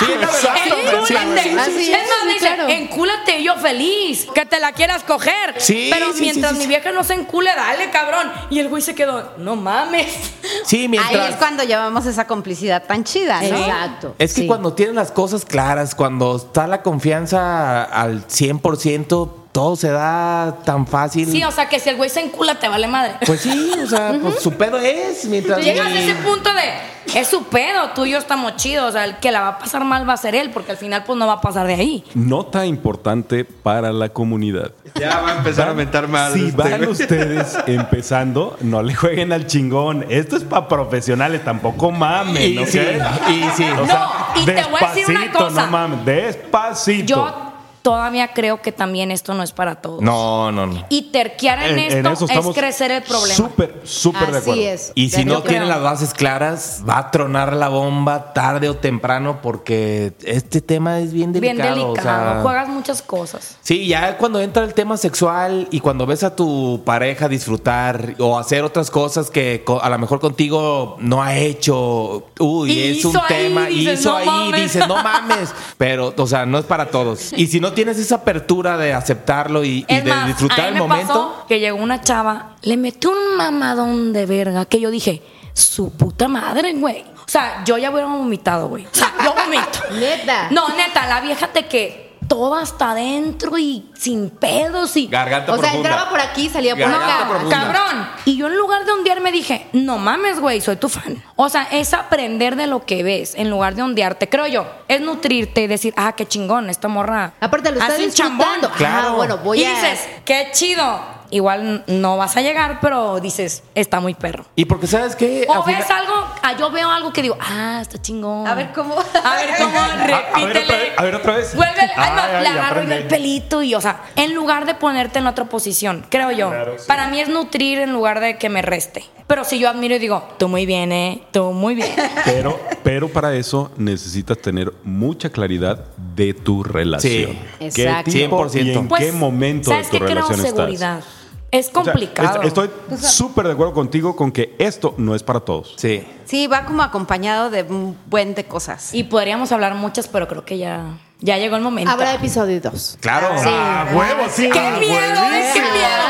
S5: Sí, exacto. Sí,
S6: Encúlate.
S5: sí, sí,
S1: sí,
S6: es más,
S1: sí,
S6: me dice,
S1: claro.
S6: encúlate yo feliz, que te la quieras coger.
S5: Sí,
S6: pero
S5: sí,
S6: mientras
S5: sí, sí,
S6: mi vieja no se encule, dale, cabrón. Y el güey se quedó, no mames.
S5: Sí,
S1: Ahí es
S5: mientras.
S1: cuando llevamos esa complicidad tan chida, ¿no?
S8: Exacto.
S5: Es que
S8: sí.
S5: cuando tienen las cosas claras, cuando está la confianza al 100%, todo se da tan fácil.
S6: Sí, o sea, que si el güey se encula, te vale madre.
S5: Pues sí, o sea, pues su pedo es mientras...
S6: Llegas a ese punto de, es su pedo, tú y yo estamos chidos, o sea, el que la va a pasar mal va a ser él, porque al final pues no va a pasar de ahí.
S4: Nota importante para la comunidad.
S2: Ya va a empezar a mentar este. más.
S4: Si van ustedes empezando, no le jueguen al chingón. Esto es para profesionales, tampoco mamen,
S5: Y
S4: ¿ok?
S5: sí, y sí.
S4: O sea,
S6: No, y te voy a decir una
S4: despacito,
S6: cosa.
S4: No mames, despacito.
S6: Yo todavía creo que también esto no es para todos.
S5: No, no, no.
S6: Y terquear en, esto es
S4: estamos
S6: crecer el problema.
S4: Súper, súper de acuerdo.
S1: Así es.
S5: Y si
S1: Yo
S5: no
S1: creo.
S5: tienen las bases claras, va a tronar la bomba tarde o temprano porque este tema es bien
S6: Bien
S5: delicado.
S6: delicado,
S5: o sea,
S6: juegas muchas cosas.
S5: Sí, ya cuando entra el tema sexual y cuando ves a tu pareja disfrutar o hacer otras cosas que co- a lo mejor contigo no ha hecho, uy,
S6: Y
S5: es
S6: hizo
S5: un
S6: ahí,
S5: tema, y
S6: dices,
S5: hizo
S6: "No
S5: ahí,
S6: mames".
S5: dices, no mames, pero, o sea, no es para todos. Y si no tienes esa apertura de aceptarlo y, y
S6: Es
S5: de
S6: más, a
S5: disfrutar
S6: mí
S5: el
S6: me
S5: momento,
S6: pasó que llegó una chava, le metió un mamadón de verga que yo dije, su puta madre, güey. O sea, yo ya hubiera vomitado, güey. O sea, yo vomito.
S8: Neta.
S6: No, neta, la vieja te que todo hasta adentro y sin pedos y...
S5: Garganta
S1: O sea,
S5: profunda.
S1: entraba por aquí, salía por
S5: Garganta
S1: acá.
S5: profunda.
S6: Cabrón. Y yo en lugar de ondearme dije, no mames, güey, soy tu fan. O sea, es aprender de lo que ves en lugar de ondearte, creo yo. Es nutrirte y decir, ah, qué chingón, esta morra.
S1: Aparte lo está
S6: hace un chambón".
S1: disfrutando. Ah,
S5: Claro.
S1: bueno, voy
S6: y
S1: a
S6: dices, qué chido. Igual n- no vas a llegar, pero dices, está muy perro.
S5: Y porque sabes qué?
S6: O
S5: Eh, Al final-
S6: ves algo, ah, yo veo algo que digo, ah, está chingón.
S1: a ver cómo
S6: A ver cómo,
S4: a ver, otra
S6: repítele.
S4: vez, a ver, otra vez.
S6: Vuelve, ay,
S4: Ay,
S6: no,
S4: ay,
S6: le agarro y
S4: aprende.
S6: ve el pelito y, o sea, en lugar de ponerte en otra posición, creo yo.
S4: Claro, sí.
S6: Para mí es nutrir en lugar de que me reste. Pero si yo admiro y digo, tú muy bien, eh, tú muy bien.
S4: Pero, pero para eso necesitas tener mucha claridad de tu relación.
S5: Sí.
S4: ¿Qué
S1: Exacto.
S4: tipo y en
S5: 100%.
S6: Pues,
S4: qué momento de
S6: ¿sabes
S4: tu
S6: qué creo?
S4: relación
S6: seguridad.
S4: estás?
S6: Es
S4: O sea,
S6: complicado.
S4: est- estoy súper de acuerdo contigo con que esto no es para todos.
S5: Sí.
S1: Sí, va como acompañado de un buen de cosas.
S6: Y podríamos hablar muchas, pero creo que ya, ya llegó el momento.
S8: Habrá episodio 2.
S5: Claro.
S4: Ah, huevo, sí.
S6: ¡Qué
S4: ah,
S6: miedo! eh!
S4: huevísimo.
S6: ¡Qué miedo!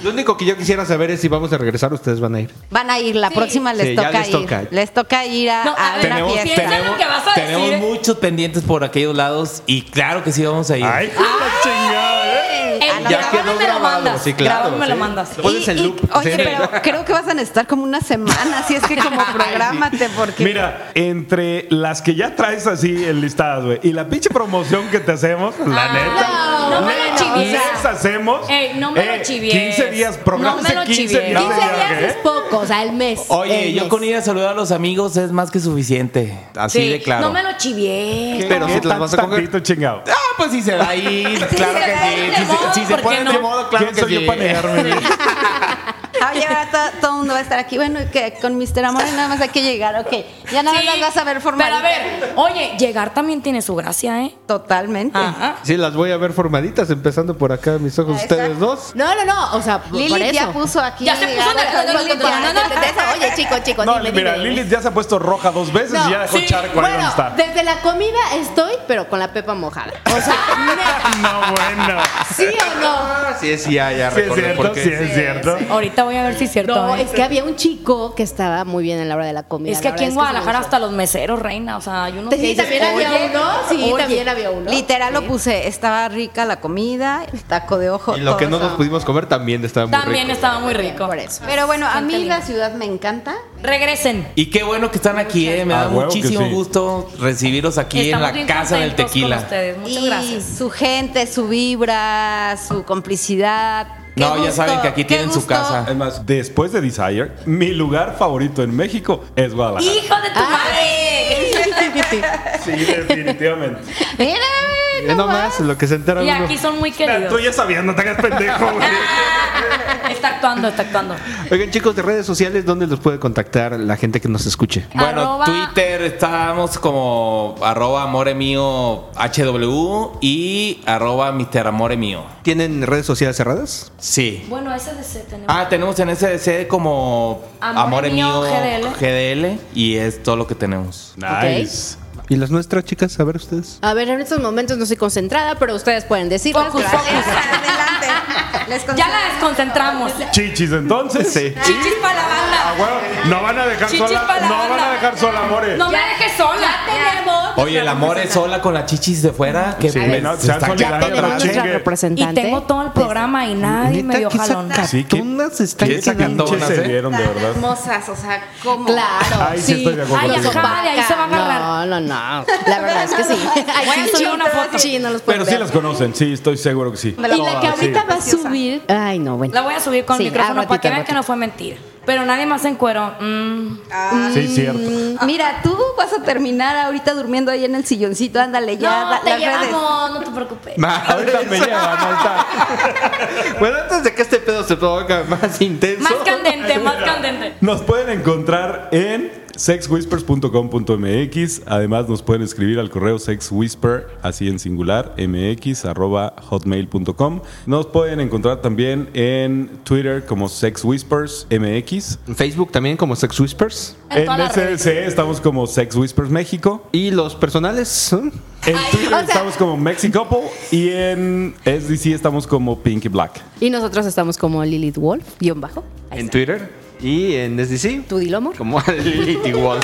S2: Lo único que yo quisiera saber es si vamos a regresar, ustedes van a ir.
S1: Van a ir, la próxima les,
S2: Sí, ya
S1: toca
S2: les
S1: ir.
S2: toca.
S1: Les toca ir a,
S6: No, a
S1: a
S6: ver,
S1: una
S5: Tenemos,
S1: fiesta.
S6: Piensa en lo
S5: tenemos,
S6: que vas a
S5: tenemos
S6: decir, ¿eh?
S5: muchos pendientes por aquellos lados y claro que sí vamos a ir.
S4: Ay, la chingada, ¿eh?
S6: Eh,
S1: Ah, no,
S6: grabado
S1: quedó
S6: me lo
S2: grabado,
S6: mandas.
S2: sí, claro,
S6: Grabado me lo
S2: sí.
S6: mandas.
S2: Lo pones
S1: Y-
S2: en
S1: y-
S2: loop.
S1: Oye,
S2: Sí.
S1: pero creo que vas a necesitar como una semana, así es que como prográmate, porque.
S4: Mira, entre las que ya traes así enlistadas, güey, y la pinche promoción que te hacemos, la neta.
S6: Ah, No me lo
S4: les-
S6: chivies.
S4: Les hacemos.
S6: Ey, no me lo
S5: Eh,
S6: chivies.
S4: 15 días, programas
S6: No me lo
S4: de 15
S6: chivies.
S4: días.
S8: 15 días
S4: ¿eh?
S8: es poco, o sea, el mes.
S5: Oye,
S8: el
S5: yo
S8: mes.
S5: con ir a saludar a los amigos es más que suficiente. Así
S6: Sí,
S5: de claro.
S6: No me lo chivié.
S2: Pero si te las vas a coger.
S4: Tantito chingado.
S5: Ah, pues si se va a ir, claro
S6: se
S5: que
S6: va a ir
S5: sí.
S6: de
S5: Si
S6: modo,
S5: se- Si se
S6: ¿por qué
S5: pone de
S6: no?
S5: modo, claro
S4: ¿Quién
S5: que
S4: soy
S5: sí.
S4: yo para negarme? güey?
S1: Oye, ahora to- todo el mundo va a estar aquí. Bueno, que con Mr. Amor nada más hay que llegar, ok. Ya nada
S6: Sí,
S1: más vas a ver
S6: Pero
S1: formalita.
S6: a ver, oye, llegar también tiene su gracia, ¿eh?
S1: Totalmente.
S6: Ajá.
S2: Sí, las voy a ver formaditas, empezando por acá mis ojos,
S1: Exacto.
S2: ustedes dos.
S8: No, no, no, o sea, por
S1: Lili ya
S8: eso.
S1: puso aquí.
S6: Ya se puso
S1: a ver,
S6: nerviosa,
S1: con- con-
S6: Lili,
S1: con-
S6: ya, no, no,
S1: con- con-
S8: Oye, chicos, chicos,
S4: No,
S8: dime,
S4: mira,
S8: dime.
S4: Lilith ya se ha puesto roja dos veces
S8: No,
S4: y ya dejó
S6: sí.
S4: charco ahí
S8: Bueno,
S4: donde está.
S8: desde la comida estoy, pero con la pepa mojada. O sea, neta,
S4: No, bueno.
S8: ¿sí o no?
S2: Ah, sí, sí, ya, ya
S4: Sí es
S2: recordé
S4: cierto,
S2: por qué.
S4: sí es cierto.
S6: Ahorita voy a ver si es cierto.
S8: No,
S6: ¿eh?
S8: es que había un chico que estaba muy bien a la hora de la comida.
S6: Es que
S8: la
S6: aquí en
S8: verdad es que se
S6: Guadalajara
S8: me
S6: hasta los meseros, reina. O sea, yo no
S8: gustó. Sí, también había
S6: oye,
S8: uno. Sí,
S6: oye,
S8: también había uno.
S1: Literal lo puse, estaba rica la comida, el taco de ojo.
S2: Y lo que
S1: todo
S2: no nos
S1: estaba-
S2: pudimos comer también estaba muy
S6: También
S2: rico.
S6: estaba muy rico.
S8: Por eso.
S1: Pero bueno, a
S6: Gente
S1: mí la
S6: linda.
S1: ciudad me encanta.
S6: Regresen.
S5: Y qué bueno que están aquí, eh. Me
S4: Ah,
S5: da
S4: huevo que
S5: muchísimo
S4: sí.
S5: gusto recibiros aquí
S6: Estamos
S5: en la
S6: bien
S5: casa del
S6: contentos con
S5: tequila.
S6: ustedes. Muchas
S1: y
S6: gracias.
S1: su gente, su vibra, su complicidad. Qué
S5: No, ya saben que aquí
S1: qué
S5: tienen su
S1: gusto.
S5: casa.
S4: Además, después de Desire, mi lugar favorito en México es Guadalajara.
S6: ¡Hijo de tu madre!
S4: Sí, definitivamente.
S1: Mira,
S2: Ve nomás Eh, lo que se entera
S6: Y
S2: uno.
S6: aquí son muy
S4: Tú
S6: queridos.
S4: ya sabías, no te hagas pendejo, güey.
S6: Está actuando, está actuando.
S2: Oigan, chicos, de redes sociales, ¿dónde los puede contactar la gente que nos escuche?
S5: Bueno,
S6: Arroba-
S5: Twitter estamos como arroba amore mío HW y arroba Mr. Amore mío.
S2: ¿Tienen redes sociales cerradas?
S5: Sí.
S6: Bueno, ese de tenemos.
S5: Ah, tenemos en SDC como
S6: Amore
S5: Amore,
S6: Mío
S5: mío,
S6: GDL.
S5: GDL y es todo lo que tenemos.
S6: Ah,
S4: Nice.
S2: ¿Y las nuestras, chicas? A ver ustedes.
S8: A ver, en estos momentos no estoy concentrada, pero ustedes pueden decirlo.
S6: Focus,
S1: Gracias,
S6: focus.
S1: adelante. Les
S6: Ya
S1: concedo.
S6: la desconcentramos.
S4: Chichis, entonces. Sí.
S6: Chichis para la
S4: Ah,
S6: banda.
S4: güey, no van a dejar
S6: Chichis
S4: sola,
S6: para la
S4: no van
S6: banda.
S4: a dejar sola, amores.
S6: No me dejes sola. tenemos.
S5: Oye, el amor es sola con las chichis de fuera. Que
S4: Sí,
S5: pues,
S4: no,
S5: se
S4: sean
S5: está-
S4: solidarios.
S8: Ya tenemos
S4: Chingue.
S8: nuestra
S6: Y
S8: representante.
S6: tengo todo el programa y nadie me dio jalón.
S4: Sí, qué-
S2: Catonas están
S5: qué
S2: quedando.
S5: sacatonas.
S4: Pinches se
S5: ¿eh?
S4: vieron, de
S1: Tan
S4: verdad.
S1: hermosas, o sea, ¿cómo?
S8: Claro.
S4: Ahí sí estoy de acuerdo
S6: Ay,
S4: contigo.
S6: ajá, de ahí se va a agarrar.
S8: No, no, no. La verdad es que sí. Ay,
S6: Voy a
S8: sí,
S6: subir
S8: sí,
S6: una foto.
S8: Sí, no los pueden
S4: Pero sí
S8: ver.
S4: las conocen, sí, estoy seguro que sí.
S1: Me la
S8: Y la que
S1: todas, sí.
S8: ahorita va a
S1: Preciosa.
S8: subir. Ay, no, bueno.
S6: La voy a subir con
S8: Sí,
S6: el micrófono
S8: al
S6: para que
S8: ratito,
S6: vean
S8: al
S6: que no fue mentira. Pero nadie más en cuero. Mm.
S4: Sí, cierto.
S1: Mm, Mira, tú vas a terminar ahorita durmiendo ahí en el silloncito, ándale ya,
S6: no,
S1: la-
S6: te
S1: las redes.
S6: llevamos, no te preocupes.
S4: Ahorita me llevan, ahorita.
S2: Bueno, antes de que este pedo se ponga más intenso.
S6: Más candente, más candente.
S4: Nos pueden encontrar en sexwhispers.com.mx. Además, nos pueden escribir al correo sexwhisper, así en singular, mx, arroba hotmail.com. Nos pueden encontrar también en Twitter como sexwhispersmx.
S2: En Facebook también como Sex Whispers.
S6: En
S4: En
S6: todas las redes.
S4: SDC estamos como Sex Whispers México.
S2: Y los personales. ¿eh?
S4: En Twitter estamos como Mexicouple y en SDC estamos como Pinky Black.
S8: Y nosotros estamos como Lilith Wolf, guión bajo. Ahí
S2: En
S8: está.
S2: Twitter. Y en SDC.
S8: Tú dilo, amor.
S2: Como Lilith igual.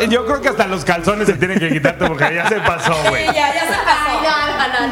S4: Eh, Yo creo que hasta los calzones se tienen que quitarte porque ya se pasó, güey.
S6: ya, ya se pasó.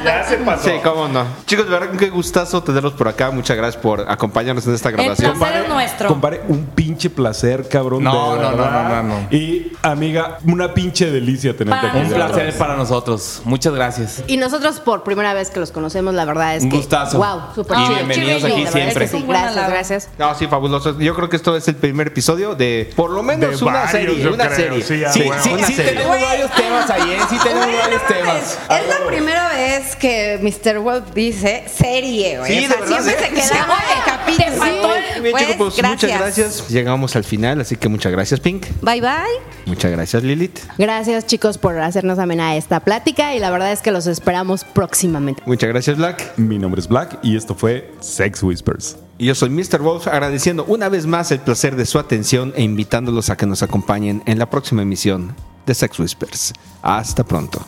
S4: Ya se pasó.
S2: Sí, cómo no. Chicos, de verdad, qué gustazo tenerlos por acá. Muchas gracias por acompañarnos en esta grabación.
S6: placer es nuestro.
S4: Compare un pinche placer, cabrón.
S5: No,
S4: de
S5: no, no,
S4: verdad.
S5: no, no, no.
S4: Y amiga, una pinche delicia tenerte
S6: Para
S4: aquí.
S5: Un
S4: de
S5: placer
S4: verdad.
S5: para nosotros. Muchas gracias.
S8: Y nosotros por primera vez que los conocemos, la verdad es
S5: Un
S8: que.
S5: gustazo.
S8: Wow, súper
S5: Y
S8: chido.
S5: bienvenidos
S8: La
S5: aquí
S8: verdad es que
S5: siempre.
S8: sí,
S6: Un buen
S8: gracias,
S6: halago.
S8: gracias.
S2: No, sí, fabuloso. Yo creo que esto es el primer episodio de por lo menos
S4: De
S2: una
S4: varios,
S2: serie.
S4: yo
S2: Una
S4: creo,
S2: serie.
S4: sí, a
S5: Sí,
S4: huevo.
S5: sí,
S2: una
S5: sí,
S2: serie.
S5: tenemos varios temas ahí, ¿eh? Sí, tenemos varios temas.
S2: Ah,
S1: Es la primera vez que Mr. Wolf dice serie, güey.
S2: Sí,
S1: O sea,
S2: de verdad,
S1: siempre
S2: sí.
S1: se quedaba en el capítulo.
S2: Muy bien,
S1: Pues,
S2: chicos, pues, muchas gracias. Llegamos al final, así que muchas gracias, Pink.
S1: Bye, bye.
S2: Muchas gracias, Lilith.
S8: Gracias, chicos, por hacernos amena esta plática y la verdad es que los esperamos próximamente.
S2: Muchas gracias, Black.
S4: Mi nombre es Black y esto fue Sex Whispers.
S2: Y yo soy Mr. Wolf, agradeciendo una vez más el placer de su atención e invitándolos a que nos acompañen en la próxima emisión de Sex Whispers. Hasta pronto.